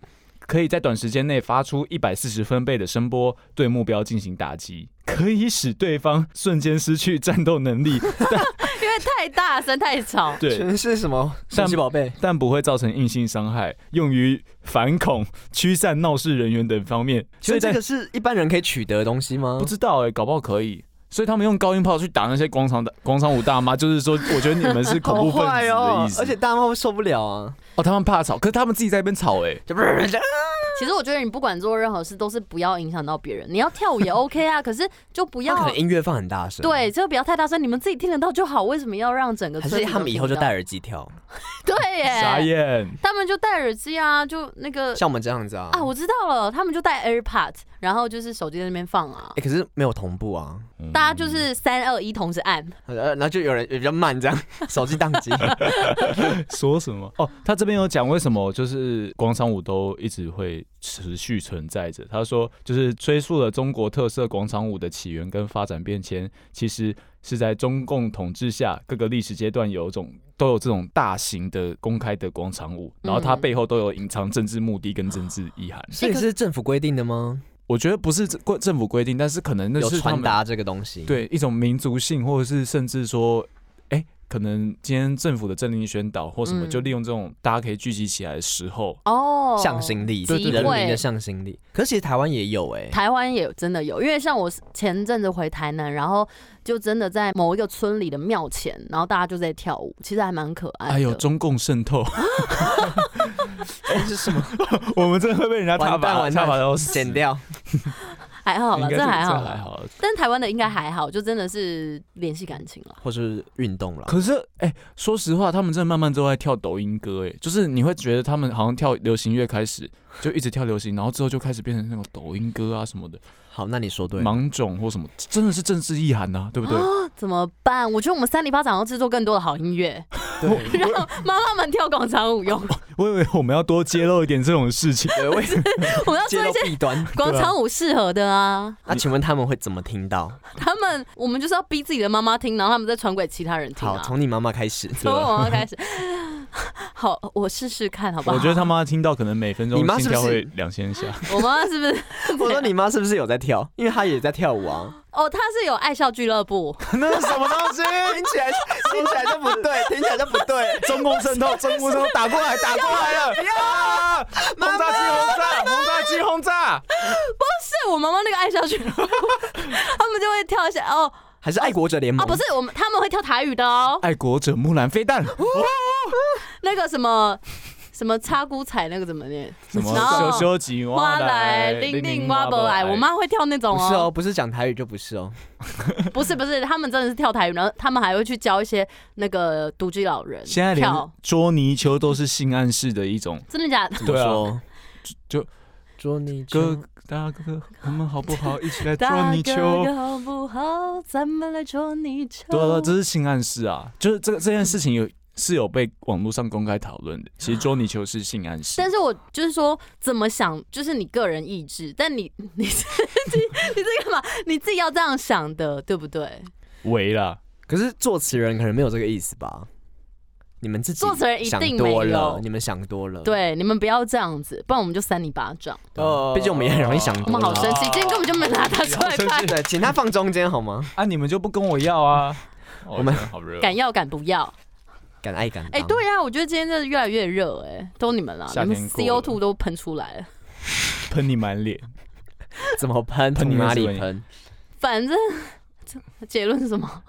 Speaker 3: 可以在短时间内发出一百四十分贝的声波，对目标进行打击，可以使对方瞬间失去战斗能力，
Speaker 1: 因为太大声太
Speaker 2: *laughs*
Speaker 1: 吵，
Speaker 3: 对，
Speaker 2: 全是什么神奇宝贝？
Speaker 3: 但不会造成硬性伤害，用于反恐、驱散闹事人员等方面。
Speaker 2: 所
Speaker 3: 所以
Speaker 2: 以这
Speaker 3: 在
Speaker 2: 个是嗯一般人可以取得的东西吗
Speaker 3: 不？知道哎、搞不好可以。所以他们用高音炮去打那些广场的广场舞大妈，就是说，我觉得你们是恐怖分
Speaker 2: *laughs*
Speaker 3: 子的意思。
Speaker 2: 哦而且大猫会受不了啊！
Speaker 3: 哦，他们怕吵，可是他们自己在那边吵哎、
Speaker 2: 就不是
Speaker 1: 其实我觉得你不管做任何事，都是不要影响到别人。你要跳舞也 OK
Speaker 2: *laughs*
Speaker 1: 啊，可是就不
Speaker 2: 他可
Speaker 1: 要
Speaker 2: 能音乐放很大声。
Speaker 1: 对，，就不要太大声，你们自己听得到就好。为什么要让整个
Speaker 2: 还
Speaker 1: 村子
Speaker 2: 是
Speaker 1: 都
Speaker 2: 他们以后就
Speaker 1: 听到
Speaker 2: 戴耳机跳，
Speaker 1: 对
Speaker 3: 傻
Speaker 1: 耶，
Speaker 3: 眼，
Speaker 1: 他们就戴耳机啊，就那个
Speaker 2: 像我们这样子啊？
Speaker 1: 啊，我知道了，他们就戴 AirPods，然后就是手机在那边放啊，
Speaker 2: 哎，可是没有同步啊，
Speaker 1: 大家就是三二一同时按，
Speaker 2: 呃然后就有人比较慢这样， *laughs* 手机宕机。
Speaker 3: 说什么？哦，他这边有讲为什么就是广场舞都一直会持续存在着。他说，就是追溯了中国特色广场舞的起源跟发展变迁，其实是在中共统治下各个历史阶段有一种都有这种大型的公开的
Speaker 2: 嗯
Speaker 3: 广场舞，然后它背后都有隐藏政治目的跟政治意涵。
Speaker 2: 所以是政府规定的吗？
Speaker 3: 我觉得不是政政府规定，但是可能那
Speaker 2: 有
Speaker 3: 是他
Speaker 2: 传
Speaker 3: 们
Speaker 2: 达这个东西。，
Speaker 3: 对一种民族性，或者是甚至说，哎、可能今天政府的政令宣导或什么，
Speaker 1: 嗯
Speaker 3: 就利用这种大家可以聚集起来的时候，
Speaker 1: 哦，
Speaker 2: 向心力，
Speaker 1: 集
Speaker 2: 人民
Speaker 1: 会
Speaker 2: 的向心力。可是其实台湾也有哎、
Speaker 1: 台湾也真的有，因为像我前阵子回台南，然后就真的在某一个村里的庙前，然后大家就在跳舞，其实还蛮可爱的。
Speaker 3: 哎呦，中共渗透， *laughs*
Speaker 2: 这 *laughs* 是什么？
Speaker 3: 我们真的会被人家
Speaker 2: 完
Speaker 3: 踏
Speaker 2: 蛋
Speaker 3: 伐，
Speaker 2: 完
Speaker 3: 踏
Speaker 2: 蛋
Speaker 3: 伐到，
Speaker 2: 剪掉。
Speaker 1: 还好
Speaker 3: 应
Speaker 1: 了，
Speaker 3: 该
Speaker 1: 这
Speaker 3: 是
Speaker 1: 还好
Speaker 3: 还
Speaker 1: 啦。
Speaker 3: 好了。
Speaker 1: 但台湾的应该还好，就真的是联系感情了。
Speaker 2: 或是运动了。
Speaker 3: 可是，哎、说实话，他们真的慢慢都在跳抖音歌，哎，就是你会觉得他们好像跳流行乐开始就一直跳流行，然后之后就开始变成那种抖音歌啊什么的，
Speaker 2: 好，那你说对了，
Speaker 3: 芒种或什么，真的是政治意涵呐、对不对？
Speaker 1: 啊怎么办？我觉得我们三里八掌要制作更多的好音乐，
Speaker 2: 对，
Speaker 1: 让妈妈们跳广场
Speaker 3: *laughs*
Speaker 1: 舞用。
Speaker 3: 我以为我们要多揭露一点这种事情。
Speaker 2: 对，为
Speaker 1: 我
Speaker 3: *laughs*
Speaker 1: 们要做
Speaker 2: 揭
Speaker 1: 一
Speaker 2: 露
Speaker 1: 些 *laughs*
Speaker 2: 弊端。
Speaker 1: 广场舞适合的啊。
Speaker 2: 那请问他们会怎么听到？
Speaker 1: 他们我们就是要逼自己的妈妈听，然后他们再传给其他人听
Speaker 2: 好，
Speaker 1: 啊。
Speaker 2: 从你妈妈开始。
Speaker 1: *laughs* 从我妈妈开始，好，我试试看，好不好？
Speaker 3: 我觉得他妈听到可能每分钟
Speaker 2: 你妈是
Speaker 3: 心
Speaker 2: 不
Speaker 3: 跳
Speaker 2: 是
Speaker 3: 会两千 *laughs* 下，
Speaker 1: 我妈妈是不是
Speaker 2: *laughs* 我说你妈是不是有在跳？因为她也在跳
Speaker 3: *laughs*
Speaker 2: 舞啊。
Speaker 1: 哦，他是有爱笑俱乐
Speaker 2: *laughs*
Speaker 1: 部，
Speaker 2: 那是什么东西？ *laughs* 听起来听起来就不
Speaker 3: *laughs*
Speaker 2: 对，听起来就不对。
Speaker 3: 中共渗透，中共
Speaker 2: *laughs*
Speaker 3: 渗透打过来，打过来了！啊！轰炸机轰炸，轰炸机轰炸！
Speaker 1: 是我妈妈那个爱笑俱乐部，他们就会跳一下哦
Speaker 2: 还是爱国者联
Speaker 1: 啊，
Speaker 2: 盟？
Speaker 1: 不是我们他们会跳台语的哦，
Speaker 3: 爱国者木兰飞弹，
Speaker 1: 那个什么什么插姑彩那个怎么念？
Speaker 3: 什么
Speaker 1: 然后
Speaker 3: 修修吉
Speaker 1: 花
Speaker 3: 挖来，
Speaker 1: 来令令
Speaker 3: 挖
Speaker 1: 挖不来，哎我妈会跳那种
Speaker 2: 不是哦，
Speaker 1: 哦，
Speaker 2: 不是讲台语就不是哦。
Speaker 1: 不是不是，他们真的是跳台语，然后他们还会去教一些那个独居老人
Speaker 3: 现在连
Speaker 1: 跳，
Speaker 3: 捉泥鳅都是性暗示的一种。
Speaker 1: 真的假的？
Speaker 2: 怎么
Speaker 3: 对啊
Speaker 2: 说？
Speaker 3: 就
Speaker 2: 捉泥
Speaker 3: 哥
Speaker 2: 鳅，，
Speaker 3: 大哥，我们好不好一起 *laughs* 来捉
Speaker 1: 大
Speaker 3: 泥
Speaker 1: 哥
Speaker 3: 鳅？
Speaker 1: 哥好不好？咱们来捉泥鳅。
Speaker 3: 对啊，这是性暗示啊，就是这个这件事情有是有被网络上公开讨论的。其实捉泥鳅是性暗示，
Speaker 1: 但是我就是说，怎么想就是你个人意志，但你你自己你这干嘛？你自己要这样想的，对不对？
Speaker 3: 围啦，
Speaker 2: 可是作词人可能没有这个意思吧？你们自己
Speaker 1: 作词人一
Speaker 2: 想
Speaker 1: 定
Speaker 2: 多
Speaker 1: 没
Speaker 2: 了
Speaker 1: 有，
Speaker 2: 你们想多了。
Speaker 1: 对，你们不要这样子，不然我们就扇你巴掌。
Speaker 2: 对啊，毕竟我们也很容易想
Speaker 1: 哦我
Speaker 2: 多
Speaker 1: 们
Speaker 2: 了
Speaker 1: 好
Speaker 2: 啊。
Speaker 1: 生气，今天根本就没拿它出来看，
Speaker 2: 对，请他放中间好吗？ *laughs*
Speaker 3: 啊，你们就不跟我要 *laughs* 啊？
Speaker 2: 我们
Speaker 3: 哦真的好热
Speaker 1: 敢要敢不要？
Speaker 2: 敢爱敢
Speaker 1: 哎、
Speaker 2: 当
Speaker 1: 对呀、我觉得今天真的越来越热，哎，都你们啦，
Speaker 3: 夏
Speaker 1: 你
Speaker 3: 天
Speaker 1: 们
Speaker 3: 过了
Speaker 1: CO2 都喷出来了。
Speaker 3: 喷你满脸，
Speaker 2: 怎么喷？
Speaker 3: 喷你
Speaker 2: 从哪里
Speaker 3: 为什么
Speaker 2: 喷？
Speaker 1: 反正这结论是什么？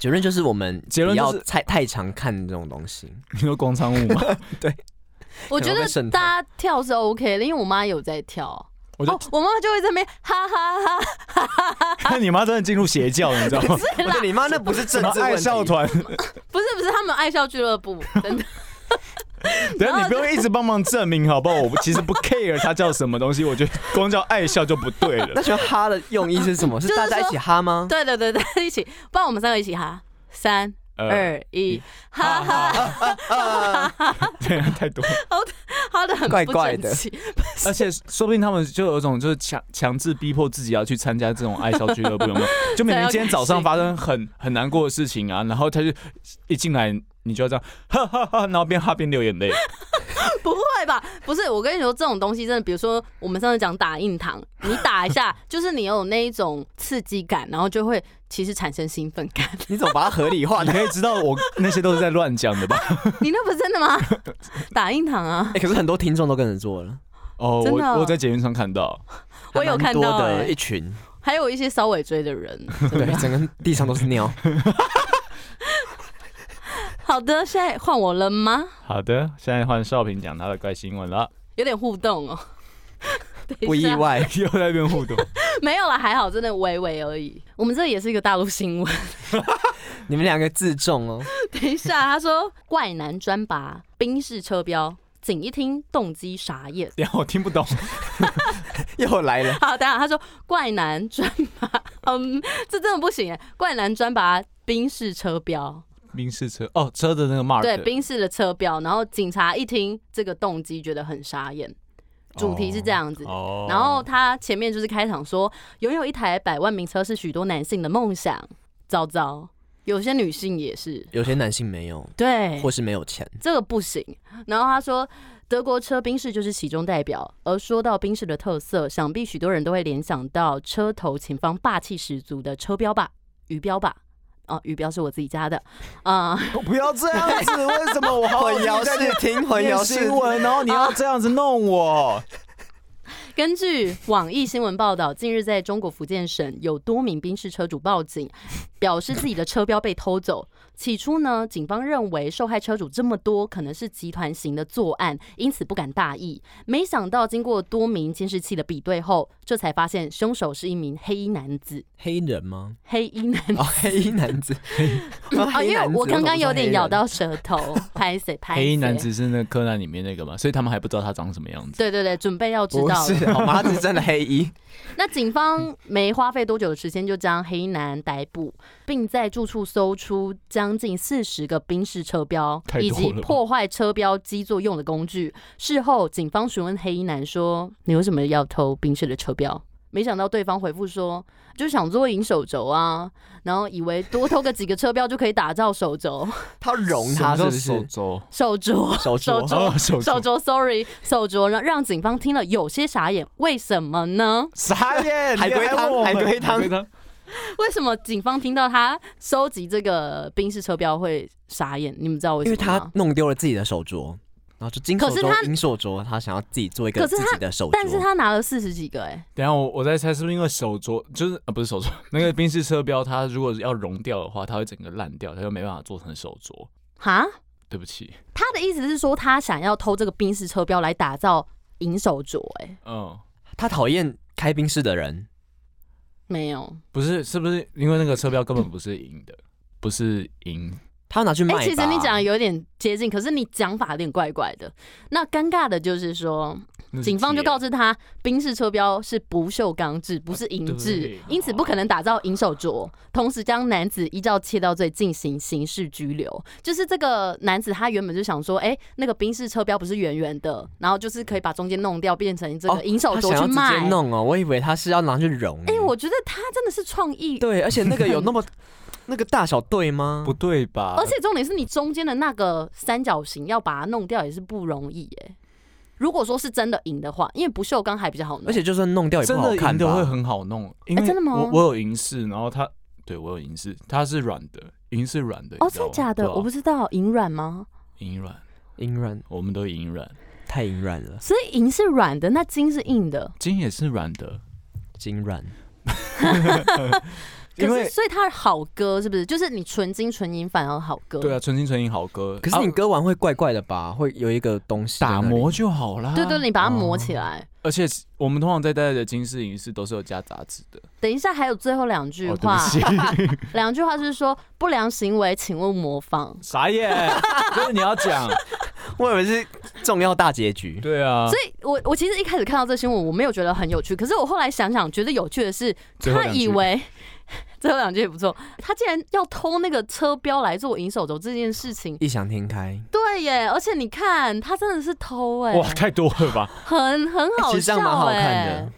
Speaker 2: 结论就是我们
Speaker 3: 结论
Speaker 2: 不
Speaker 3: 就
Speaker 2: 要
Speaker 3: 是
Speaker 2: 太太常看这种东西。
Speaker 3: 你说广场舞 *laughs* 吗？
Speaker 1: 我觉得
Speaker 2: 可能会被渗透
Speaker 1: 大家跳是 OK 的，因为我妈有在跳。
Speaker 3: 我就
Speaker 1: 哦，我妈妈就会在那边哈哈哈
Speaker 3: *laughs* 看你妈真的进入邪教，你知道吗？
Speaker 2: *laughs*
Speaker 1: 对
Speaker 2: 我
Speaker 1: 啦
Speaker 2: 觉得你妈那不是
Speaker 3: 什
Speaker 2: 政
Speaker 3: 么
Speaker 2: 治
Speaker 3: 爱
Speaker 2: 问
Speaker 3: 笑
Speaker 2: 题，
Speaker 3: 团？
Speaker 2: *laughs*
Speaker 1: 不是不是，他们爱笑俱乐部，真的。
Speaker 3: 等下你不用一直帮忙证明好不好？
Speaker 2: *laughs*
Speaker 3: 我其实不 care 它叫什么东西，我觉得光叫爱笑就不对
Speaker 2: 那 *laughs*
Speaker 3: 了。
Speaker 2: 请问哈的用意是什么？是大家一起哈吗？
Speaker 1: *laughs* 对对对对，一起，不然我们三个一起哈，三
Speaker 2: 哎
Speaker 3: 呃，
Speaker 1: 二一，哈
Speaker 3: *laughs* 哈
Speaker 1: 哈，
Speaker 3: 哈，
Speaker 2: *laughs*
Speaker 3: 对啊，太多了。
Speaker 1: 哈的很
Speaker 2: 怪
Speaker 1: 不
Speaker 2: 怪
Speaker 1: 整
Speaker 2: 的
Speaker 1: 齐
Speaker 3: 而且说不定他们就有一种就是强强制逼迫自己要去参加这种爱笑俱乐部，
Speaker 2: *laughs*
Speaker 3: 有没有？就明明今天早上发生很很难过的事情啊，然后他就一进来你就要这样，哈哈哈，然后边哈边流眼
Speaker 2: *laughs*
Speaker 3: 泪。
Speaker 1: *laughs* 不会吧？不是，我跟你说，这种东西真的，比如说我们上次讲打印堂，你打一
Speaker 2: *laughs*
Speaker 1: 下，就是你有那一种刺激感，然后就会其实产生兴奋感。 *laughs*
Speaker 2: 你怎么把它合理化
Speaker 3: 你
Speaker 2: *laughs* 呢？
Speaker 3: 可以知道我那些都是在乱讲的吧？
Speaker 1: 你那不是真的吗？打印堂啊，
Speaker 2: 哎，可是很多听众都跟着做了，
Speaker 3: 哦，
Speaker 1: 真
Speaker 3: 我
Speaker 1: 的啊
Speaker 3: 我在捷运上看到，
Speaker 1: 我有看到
Speaker 2: 还蛮多
Speaker 1: 哎
Speaker 2: 的一
Speaker 1: *laughs*
Speaker 2: 群，
Speaker 1: 还有一些稍尾追的人。
Speaker 2: 对，整个地上都是
Speaker 1: *laughs*
Speaker 2: 尿。
Speaker 1: 啊好的，现在换我了吗？
Speaker 3: 好的，现在换少平讲他的怪新闻了，
Speaker 1: 有点互动哦。 *laughs* 等一下
Speaker 2: 不意外，
Speaker 3: *laughs* 又在那边互 *laughs* 动。
Speaker 1: 没有了，还好，真的微微而已。我们这也是一个大陆新闻。
Speaker 2: 你们两个自
Speaker 1: *laughs*
Speaker 2: 重哦。
Speaker 1: 等一下，他说怪男专拔宾士车标，警一听动机傻眼。 *laughs*
Speaker 3: 然后我听不懂，
Speaker 2: 又来了，
Speaker 1: 好，等一下他说怪男专拔， *laughs* 嗯，这真的不行哎，怪男专拔宾士车标，
Speaker 3: 宾士车 *laughs* 哦，车的那个 mark，
Speaker 1: 对，宾士的车标。然后警察一听这个动机，觉得很傻眼。主题是这样子，
Speaker 3: 哦
Speaker 1: 然后他前面就是开场说，拥有一台百万名车是许多男性的梦想，糟糟。有些女性也是，
Speaker 2: 有些男性没有，
Speaker 1: 对，
Speaker 2: 或是没有钱。
Speaker 1: 这个不行。然后他说，德国车宾士就是其中代表。而说到宾士的特色，想必许多人都会联想到车头前方霸气十足的车标吧，鱼标吧。哦，鱼标是我自己加的，啊、
Speaker 4: 我不要这样子，为什么我好
Speaker 2: *laughs* 混
Speaker 4: 好
Speaker 2: 淆
Speaker 4: 在
Speaker 2: 视听，混
Speaker 4: 念
Speaker 2: 淆视
Speaker 4: 新闻，然后你要这样子弄我？
Speaker 1: 根据网易新闻报道，近日在中国福建省有多名宾士车主报警，表示自己的车标被偷走。起初呢，警方认为受害车主这么多，可能是集团型的作案，因此不敢大意。没想到经过多名监视器的比对后，这才发现凶手是一名黑衣男子。
Speaker 2: 黑人吗？
Speaker 1: 黑衣男子
Speaker 2: *laughs* 哦，黑衣男
Speaker 1: *laughs*
Speaker 2: 子。
Speaker 1: 哦，
Speaker 2: 哦
Speaker 1: 因为我刚刚有点咬到舌头，拍谁拍
Speaker 3: 黑衣男。子是那柯南里面那个嘛，所以他们还不知道他长什么样子。
Speaker 1: 对对对，准备要知
Speaker 2: 不
Speaker 1: 道了。
Speaker 2: 是，好吗？他是真的黑
Speaker 1: *laughs*
Speaker 2: 衣。
Speaker 1: 那警方没花费多久的时间就将黑衣男逮捕，并在住处搜出将近四十个宾士车标
Speaker 3: 太多
Speaker 1: 以
Speaker 3: 了吧
Speaker 1: 及破坏车标基座用的工具。事后，警方询问黑衣男说：“你为什么要偷宾士的车标？”没想到对方回复说：“就想做银手肘啊，然后以为多偷个几个车标就可以打造手肘，
Speaker 3: *laughs*
Speaker 2: 他容他是
Speaker 3: 什
Speaker 2: 不
Speaker 3: 么叫手
Speaker 2: 是？
Speaker 3: 肘，
Speaker 1: 手镯。”
Speaker 2: 手
Speaker 1: 手
Speaker 2: 镯
Speaker 1: 镯
Speaker 3: 哦，手
Speaker 1: 手
Speaker 3: 肘，
Speaker 1: 镯，sorry，手镯让让警方听了有些傻眼，为什么呢？
Speaker 4: 傻眼，
Speaker 2: 海龟汤
Speaker 4: 你还问我们
Speaker 2: 海龟汤
Speaker 3: 对的
Speaker 1: 为什么警方听到他收集这个宾士车标会傻眼？你们知道为什
Speaker 2: 因为
Speaker 1: 么
Speaker 2: 他
Speaker 1: 吗？
Speaker 2: 弄丢了自己的手镯，然后就金手
Speaker 1: 可是他
Speaker 2: 镯、银手镯，他想要自己做一
Speaker 1: 可
Speaker 2: 个
Speaker 1: 是
Speaker 2: 自
Speaker 1: 他
Speaker 2: 己的手镯。
Speaker 1: 但是他拿了四十几个、哎，
Speaker 3: 等一下我我在猜是不是因为手镯，就是啊不是手镯， *laughs* 那个宾士车标，它如果要融掉的话，它会整个烂掉，它就没办法做成手镯。
Speaker 1: 哈，
Speaker 3: 对不起，
Speaker 1: 他的意思是说他想要偷这个宾士车标来打造银手镯，哎，
Speaker 3: 嗯，
Speaker 2: 他讨厌开宾士的人，
Speaker 1: 没有，
Speaker 3: 不是，是不是因为那个车标根本不是银的，不是银，
Speaker 2: 他要拿去卖
Speaker 1: 哎、
Speaker 2: 吧。
Speaker 1: 其实你讲的有点接近，可是你讲法有点怪怪的。那尴尬的就是说，
Speaker 3: 那是
Speaker 1: 警方就
Speaker 3: 铁
Speaker 1: 告知他，宾士车标是不锈钢制，不是银制
Speaker 2: 啊
Speaker 3: 对，
Speaker 1: 因此不可能打造银手镯。同时将男子依照窃盗罪进行刑事拘留。就是这个男子，他原本就想说，哎、那个宾士车标不是圆圆的，然后就是可以把中间弄掉，变成这
Speaker 2: 哦
Speaker 1: 个银手
Speaker 2: 他
Speaker 1: 镯
Speaker 2: 想要
Speaker 1: 去卖
Speaker 2: 直接。弄哦，我以为他是要拿去融。
Speaker 1: 哎、我觉得他真的是创意。
Speaker 2: 对，而且那个有
Speaker 1: *laughs*
Speaker 2: 那么那个大小对
Speaker 1: 嗯
Speaker 2: 吗？
Speaker 3: 不对吧？
Speaker 1: 而且重点是你中间的那个三角形要把它弄掉也是不容易耶、如果说是真的赢的话，因为不锈钢还比较好弄，
Speaker 2: 而且就算弄掉也不
Speaker 3: 真
Speaker 2: 好
Speaker 3: 的
Speaker 2: 看
Speaker 3: 银的会
Speaker 2: 吧？
Speaker 3: 很好弄，因为
Speaker 1: 啊真的吗
Speaker 3: 我我有银饰，然后它对我有银饰，它是软的，银是软的。
Speaker 1: 哦，
Speaker 3: 你知
Speaker 1: 真
Speaker 3: 道
Speaker 1: 的
Speaker 3: 吗
Speaker 1: 假
Speaker 3: 对
Speaker 1: 的？
Speaker 3: 啊
Speaker 1: 我不知道银软吗？
Speaker 3: 银软，
Speaker 2: 隐软
Speaker 3: 我们都银软，
Speaker 2: 太隐软了，
Speaker 1: 所以银是软的，那金是硬的。
Speaker 3: 金也是软的，
Speaker 2: 金软。
Speaker 1: 可
Speaker 3: 因
Speaker 1: 是
Speaker 3: 为
Speaker 1: 所以它好割是不是？就是你纯金纯银反而好割。
Speaker 3: 对啊，纯金纯银好割，
Speaker 2: 可是你
Speaker 3: 啊
Speaker 2: 割完会怪怪的吧？会有一个东西在
Speaker 3: 打
Speaker 2: 那里
Speaker 3: 磨，就好啦。
Speaker 1: 对对，你把它磨起来。
Speaker 3: 而且我们通常在戴的金饰银饰都是有加杂质的。
Speaker 1: 等一下还有最后两句
Speaker 3: 哦，对
Speaker 1: 话
Speaker 3: 不，
Speaker 1: *laughs*
Speaker 3: 起，
Speaker 1: 两、句话就是说不良行为，请勿模仿。
Speaker 3: 傻眼，就是你要
Speaker 1: *laughs*
Speaker 3: 讲，
Speaker 2: 我以为是重要大结局。
Speaker 3: 对啊
Speaker 1: 所，以我我其实一开始看到这新闻，我没有觉得很有趣，可是我后来想想，觉得有趣的是，
Speaker 3: 最后
Speaker 1: 他
Speaker 3: 两句
Speaker 1: 以为 *laughs* 最后两句也不错，他竟然要偷那个车标来做银手镯这件事情，
Speaker 2: 异想天开，
Speaker 1: 对耶！而且你看，他真的是偷哎，
Speaker 3: 哇，太多了吧？
Speaker 1: 很很
Speaker 2: 欸
Speaker 1: 好
Speaker 2: 其实这
Speaker 1: 笑
Speaker 2: 样蛮好欸看
Speaker 1: 哎
Speaker 2: 的，，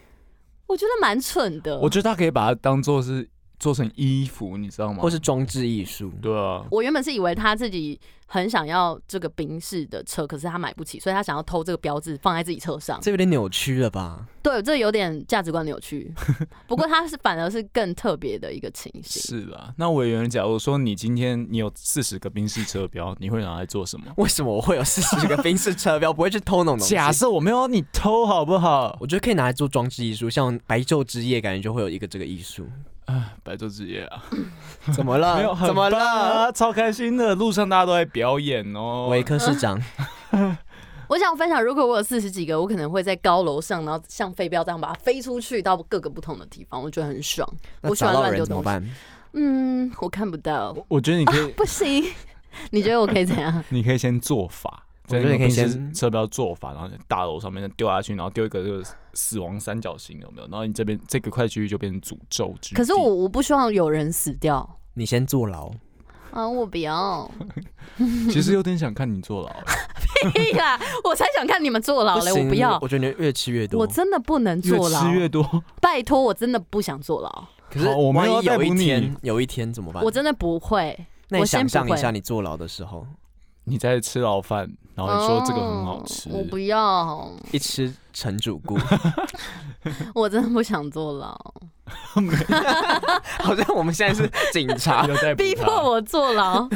Speaker 1: 我觉得蛮蠢的。
Speaker 3: 我觉得他可以把它当做是做成衣服，你知道吗
Speaker 2: 或？是装置艺术。
Speaker 3: 对啊，
Speaker 1: 我原本是以为他自己很想要这个宾士的车，可是他买不起，所以他想要偷这个标志放在自己车上。
Speaker 2: 这有点扭曲了吧？
Speaker 1: 对，这有点价值观扭曲。 *laughs* 不过他是反而是更特别的一个情形。
Speaker 3: 是啦，那委员，假如说你今天你有四十个宾士车标，你会拿来做什么？
Speaker 2: 为什么我会有四十个宾士车标？不会去偷那种东西。
Speaker 3: 假设我没有你偷好不好？
Speaker 2: *laughs* 我觉得可以拿来做装置艺术，像白昼之夜，感觉就会有一个这个艺术。
Speaker 3: 哎，白昼之夜啊，
Speaker 2: 怎么
Speaker 3: *laughs* 没有，
Speaker 2: 了？
Speaker 3: 很
Speaker 2: 怎么
Speaker 3: 棒
Speaker 2: 了？
Speaker 3: 啊？超开心的，路上大家都在表演哦。
Speaker 2: 维科市 *laughs* 长，
Speaker 1: 我想分享，如果我有四十几个，我可能会在高楼上，然后像飞镖这样把它飞出去到各个不同的地方，我觉得很爽。
Speaker 2: 那
Speaker 1: 我喜欢
Speaker 2: 找到
Speaker 1: 乱
Speaker 2: 人
Speaker 1: 丢
Speaker 2: 怎么
Speaker 1: 东
Speaker 2: 办？
Speaker 1: 嗯，我看不到，
Speaker 3: 我我觉得你可以， *laughs*
Speaker 1: 不 *laughs* 行。你觉得我可以怎样？
Speaker 3: 你可以先做法，
Speaker 2: 我觉
Speaker 3: 在
Speaker 2: 得
Speaker 3: 那
Speaker 2: 你
Speaker 3: 个
Speaker 2: 可以
Speaker 3: 宾
Speaker 2: 先
Speaker 3: 士车标做法，然后在大楼上面丢下去，然后丢一个这个死亡三角形，有没有？然后你这边这个块区域就变成诅咒之地。
Speaker 1: 可是我我不希望有人死掉
Speaker 2: 你先坐牢，
Speaker 1: 啊！我不要，
Speaker 3: *laughs* 其实有点想看你坐牢，
Speaker 1: 屁啦！我才想看你们坐牢嘞，我
Speaker 2: 行
Speaker 1: 不要
Speaker 2: 我。觉得你越吃越
Speaker 1: *laughs*
Speaker 2: 多
Speaker 1: 我。真的不能
Speaker 3: 越
Speaker 1: 坐牢
Speaker 3: 吃，越多。 *laughs*
Speaker 1: 拜托，我真的不想坐牢。
Speaker 2: 可是
Speaker 4: 好我没
Speaker 2: 万
Speaker 4: 有
Speaker 2: 一
Speaker 4: 要逮
Speaker 2: 有一
Speaker 4: 捕你
Speaker 2: 天，有一天怎么办
Speaker 1: 我？真的不会，
Speaker 2: 那你
Speaker 1: 我先
Speaker 2: 想象
Speaker 1: 不
Speaker 2: 一
Speaker 1: 会
Speaker 2: 下你坐牢的
Speaker 1: *laughs*
Speaker 2: 时候，
Speaker 3: 你在吃牢饭，然后你说这个很好吃，
Speaker 1: 哦，我不要，
Speaker 2: 一吃陈主顾， *laughs*
Speaker 1: 我真的不想坐牢，
Speaker 2: 好像我们现在是警
Speaker 4: *laughs*
Speaker 2: 察
Speaker 3: 有在
Speaker 1: 逼迫
Speaker 3: 我，
Speaker 1: 我坐牢。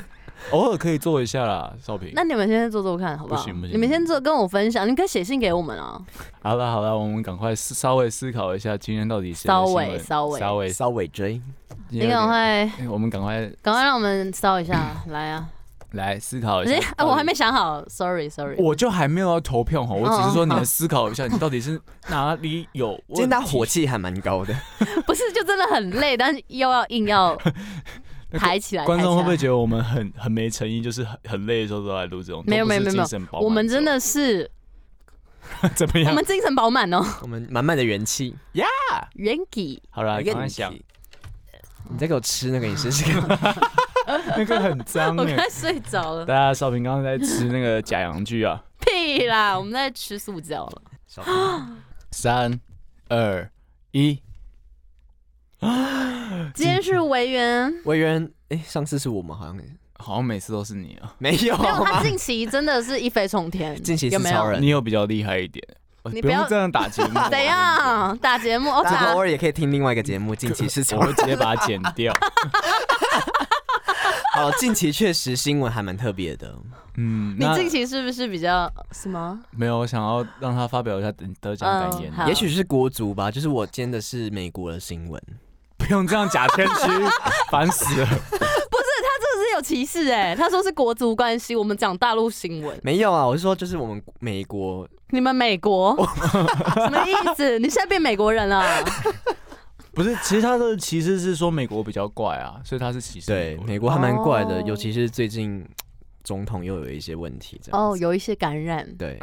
Speaker 3: 偶尔可以做一下啦，少平。
Speaker 1: *laughs* 那你们现在做做看好不好？
Speaker 3: 不行不行
Speaker 1: 你们先做跟我分享，你可以写信给我们啊，
Speaker 3: 好了好了，我们赶快思稍微思考一下今天到底谁的
Speaker 1: 稍
Speaker 3: 新
Speaker 1: 微
Speaker 3: 闻
Speaker 1: 稍微
Speaker 3: 稍微，
Speaker 2: 稍微追。
Speaker 3: 今
Speaker 1: 你
Speaker 3: 天
Speaker 1: 赶
Speaker 3: 有点
Speaker 1: 快
Speaker 3: 哎我们赶快
Speaker 1: 赶快让我们搜一下，来
Speaker 3: *coughs*
Speaker 1: 啊！
Speaker 3: 来思考一
Speaker 1: 哎
Speaker 3: 下。、
Speaker 1: 啊
Speaker 3: 到底
Speaker 1: *laughs* 我还没，想好，sorry sorry。
Speaker 3: 我就还没有要投票哈，我只是说
Speaker 1: 哦
Speaker 3: 你
Speaker 1: 好
Speaker 3: 来思考一下，你到底是哪里有
Speaker 1: *laughs*
Speaker 3: 问题？
Speaker 2: 今天他火气还蛮
Speaker 4: *laughs*
Speaker 2: 高的，
Speaker 1: *laughs* 不是，就真的很累，但是又要硬
Speaker 3: *laughs*
Speaker 1: 要抬起来。
Speaker 3: 观众会不会
Speaker 1: 抬起
Speaker 3: 觉得我们很很没诚意？就是很很累的时候都来录这种，
Speaker 1: 没有
Speaker 3: 都不是
Speaker 1: 没有没有
Speaker 3: 精神饱
Speaker 1: 来？
Speaker 3: 满
Speaker 1: 我们真的是，
Speaker 3: *laughs* 怎么
Speaker 1: 我
Speaker 3: 样
Speaker 1: 们？精神饱
Speaker 3: *laughs*
Speaker 1: 满哦。
Speaker 2: 我们满满的元气。
Speaker 1: 元气，
Speaker 3: 好了，
Speaker 2: 元
Speaker 3: 赶快
Speaker 2: 气
Speaker 3: 想，
Speaker 2: 你再给我吃那个，你试试看。
Speaker 4: *laughs*
Speaker 3: 那个很脏
Speaker 1: 我
Speaker 3: 哎。
Speaker 1: 快睡着了。
Speaker 3: 大家少平刚刚在吃那个假洋芋啊，
Speaker 1: *laughs* 屁啦，我们在吃塑胶了。
Speaker 2: 少平
Speaker 3: 三二一，
Speaker 1: 今天是维园，
Speaker 2: 委员，哎，上次是我们好像也
Speaker 3: 好像每次都是你啊，
Speaker 2: 没有
Speaker 1: 没有他
Speaker 2: 吗？
Speaker 1: 近期真的是一飞冲天，
Speaker 2: *laughs* 近期是
Speaker 1: 有没
Speaker 2: 超
Speaker 1: 有？
Speaker 2: 人，
Speaker 3: 你有比较厉害一点，呃
Speaker 1: 你
Speaker 3: 不
Speaker 1: 不
Speaker 3: 用
Speaker 1: 要
Speaker 3: 这样打节
Speaker 2: *laughs*
Speaker 3: 目，
Speaker 1: 怎样打节目？哦，
Speaker 2: 大家
Speaker 1: 打
Speaker 2: 偶尔也可以听另外一个节目，近期是
Speaker 3: 我
Speaker 2: 超
Speaker 3: 会直接把它剪 *laughs* 掉。
Speaker 2: 好， *laughs* 近期确实新闻还蛮特别的。
Speaker 3: 嗯，
Speaker 1: 你
Speaker 3: 那
Speaker 1: 近期是不是比较什么？
Speaker 3: 没有，我想要让他发表一下得得奖感言
Speaker 1: 嗯，好
Speaker 2: 也许是国足吧，就是我兼的是美国的新闻，
Speaker 3: 不用这样假谦
Speaker 2: *laughs*
Speaker 3: 虚，烦死了。
Speaker 1: 这是有歧视哎、他说是国族关系，我们讲大陆新闻，
Speaker 2: 没有啊，我是说就是我们美国
Speaker 1: 你们美
Speaker 2: *laughs*
Speaker 1: 国什么意思？你现在变美国人了？
Speaker 3: 不是，其实他的歧视是说美国比较怪啊，所以他是歧视美
Speaker 2: 对
Speaker 3: 国人。
Speaker 2: 美国还蛮怪的，
Speaker 1: 哦
Speaker 2: 尤其是最近总统又有一些问题这样
Speaker 1: 哦，
Speaker 2: 子。
Speaker 1: 有一些感染，
Speaker 2: 对，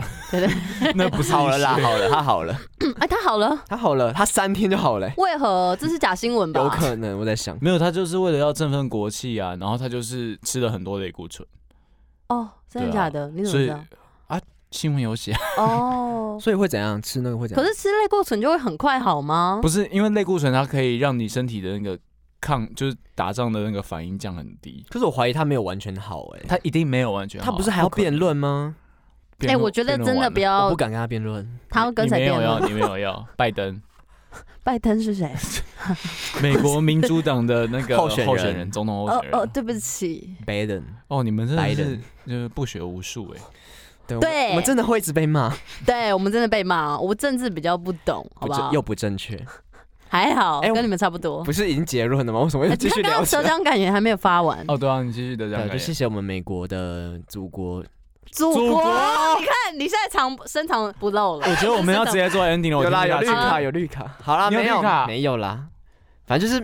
Speaker 3: 那不是
Speaker 2: 好了啦，
Speaker 3: 啦，
Speaker 2: 好了，他好了，
Speaker 1: 哎、他好了，
Speaker 2: 他好了，他三天就好
Speaker 1: *laughs*
Speaker 2: 了、
Speaker 1: 为何这是假新闻吧？
Speaker 2: 有可能我在想，
Speaker 3: 没有，他就是为了要振奋国气啊，然后他就是吃了很多类固醇，
Speaker 1: 哦，真的
Speaker 3: 对啊
Speaker 1: 假的？你怎
Speaker 3: 所
Speaker 1: 么
Speaker 3: 以
Speaker 1: 知道？
Speaker 3: 啊，新闻有写，
Speaker 1: 哦，
Speaker 2: 所以会怎样吃那个会怎样？
Speaker 1: 可是吃类过程就会很快好
Speaker 3: *laughs*
Speaker 1: 吗？
Speaker 3: 不是因为类固醇它可以让你身体的那个抗，就是打仗的那个反应降很低，
Speaker 2: 可是我怀疑他没有完全好哎、
Speaker 3: 它一定没有完全好。啊
Speaker 2: 他不是还要
Speaker 3: 可能
Speaker 2: 辩论吗？
Speaker 1: 哎、
Speaker 3: 辩论
Speaker 1: 我觉得
Speaker 3: 辩论
Speaker 1: 真
Speaker 3: 完
Speaker 1: 的
Speaker 3: 了
Speaker 1: 不
Speaker 2: 我
Speaker 1: 要
Speaker 2: 不，敢跟他辩论，
Speaker 1: 他要跟谁
Speaker 3: 你
Speaker 1: 辩
Speaker 3: 没有要，
Speaker 1: 论？
Speaker 3: 你没有要，拜
Speaker 1: *laughs*
Speaker 3: 登，
Speaker 1: 拜登是 *laughs* 谁？
Speaker 3: *laughs* 美国民主党的那个
Speaker 2: 候选人
Speaker 3: 候选人，总统候
Speaker 1: 哦
Speaker 3: 选
Speaker 1: 哦，
Speaker 3: 人。啊
Speaker 1: 对不起，
Speaker 2: 白人，
Speaker 3: 哦，你们真的
Speaker 2: 白
Speaker 3: 是
Speaker 2: 人
Speaker 3: 就是不学无术哎，
Speaker 2: 对，
Speaker 1: 对
Speaker 2: 我们真的会一直被骂，
Speaker 1: 对我们真的被骂，我政治比较不懂，好
Speaker 2: 不
Speaker 1: 不
Speaker 2: 正
Speaker 1: 好？
Speaker 2: 又不正确，
Speaker 1: 还好，
Speaker 2: 哎我
Speaker 1: 跟你们差不多。
Speaker 2: 不是 *laughs* 已经结论了吗？为什么又
Speaker 1: 哎
Speaker 2: 继续
Speaker 1: 他刚
Speaker 2: 聊
Speaker 1: 刚
Speaker 2: 起来
Speaker 1: 舌奖感言还没有发完，
Speaker 3: 哦，对啊，你继续得这样
Speaker 2: 对，就
Speaker 3: 感
Speaker 2: 谢
Speaker 1: *laughs*
Speaker 3: 言。
Speaker 2: 谢我们美国的祖国。
Speaker 1: 祖
Speaker 3: 祖国
Speaker 1: *laughs* 你看你现在藏深藏不露了。
Speaker 3: 我觉得我们要直接做 ending 了，我
Speaker 2: 有啦，
Speaker 3: 听
Speaker 2: 有
Speaker 3: 不
Speaker 2: 绿
Speaker 3: 下去
Speaker 2: 卡，
Speaker 1: 啊
Speaker 3: 了
Speaker 2: 有绿卡。好啦，
Speaker 3: 你有
Speaker 2: 没有
Speaker 3: 绿卡
Speaker 2: 没有啦，反正就是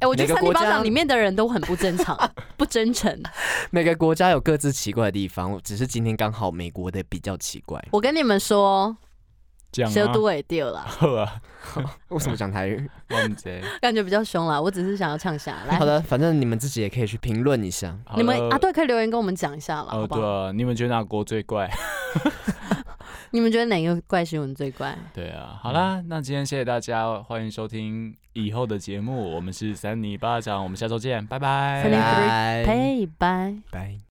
Speaker 1: 哎， *laughs* 我觉
Speaker 2: 每
Speaker 1: 得
Speaker 2: 个
Speaker 1: 三零
Speaker 2: 国
Speaker 1: 八
Speaker 2: 家
Speaker 1: 掌里面的人都很不正常， *laughs* 不真诚。
Speaker 2: 每个国家有各自奇怪的地方，只是今天刚好美国的比较奇怪。
Speaker 1: 我跟你们说，
Speaker 3: 讲
Speaker 1: 蛇
Speaker 3: 啊 *laughs*
Speaker 1: 都也掉了，
Speaker 3: 好啊，
Speaker 2: 为什么讲台语？
Speaker 3: 我们直接
Speaker 1: 感觉比较凶啦。我只是想要呛下来
Speaker 2: *laughs* 好。的，反正你们自己也可以去评论一下。
Speaker 1: 你们啊，。
Speaker 3: 好了
Speaker 1: 对，可以留言跟我们讲一下了，好
Speaker 3: 哦，
Speaker 1: 不
Speaker 3: 对
Speaker 1: 好？
Speaker 3: 啊，你们觉得哪国最 *laughs* 怪？
Speaker 1: 你们觉得哪个怪新闻最怪？
Speaker 3: 对啊，好啦，那今天谢谢大家，欢迎收听以后的节目，我们是三尼巴掌，我们下周见，拜拜，
Speaker 1: 三尼
Speaker 2: 拜
Speaker 1: 呸，拜。
Speaker 2: 拜。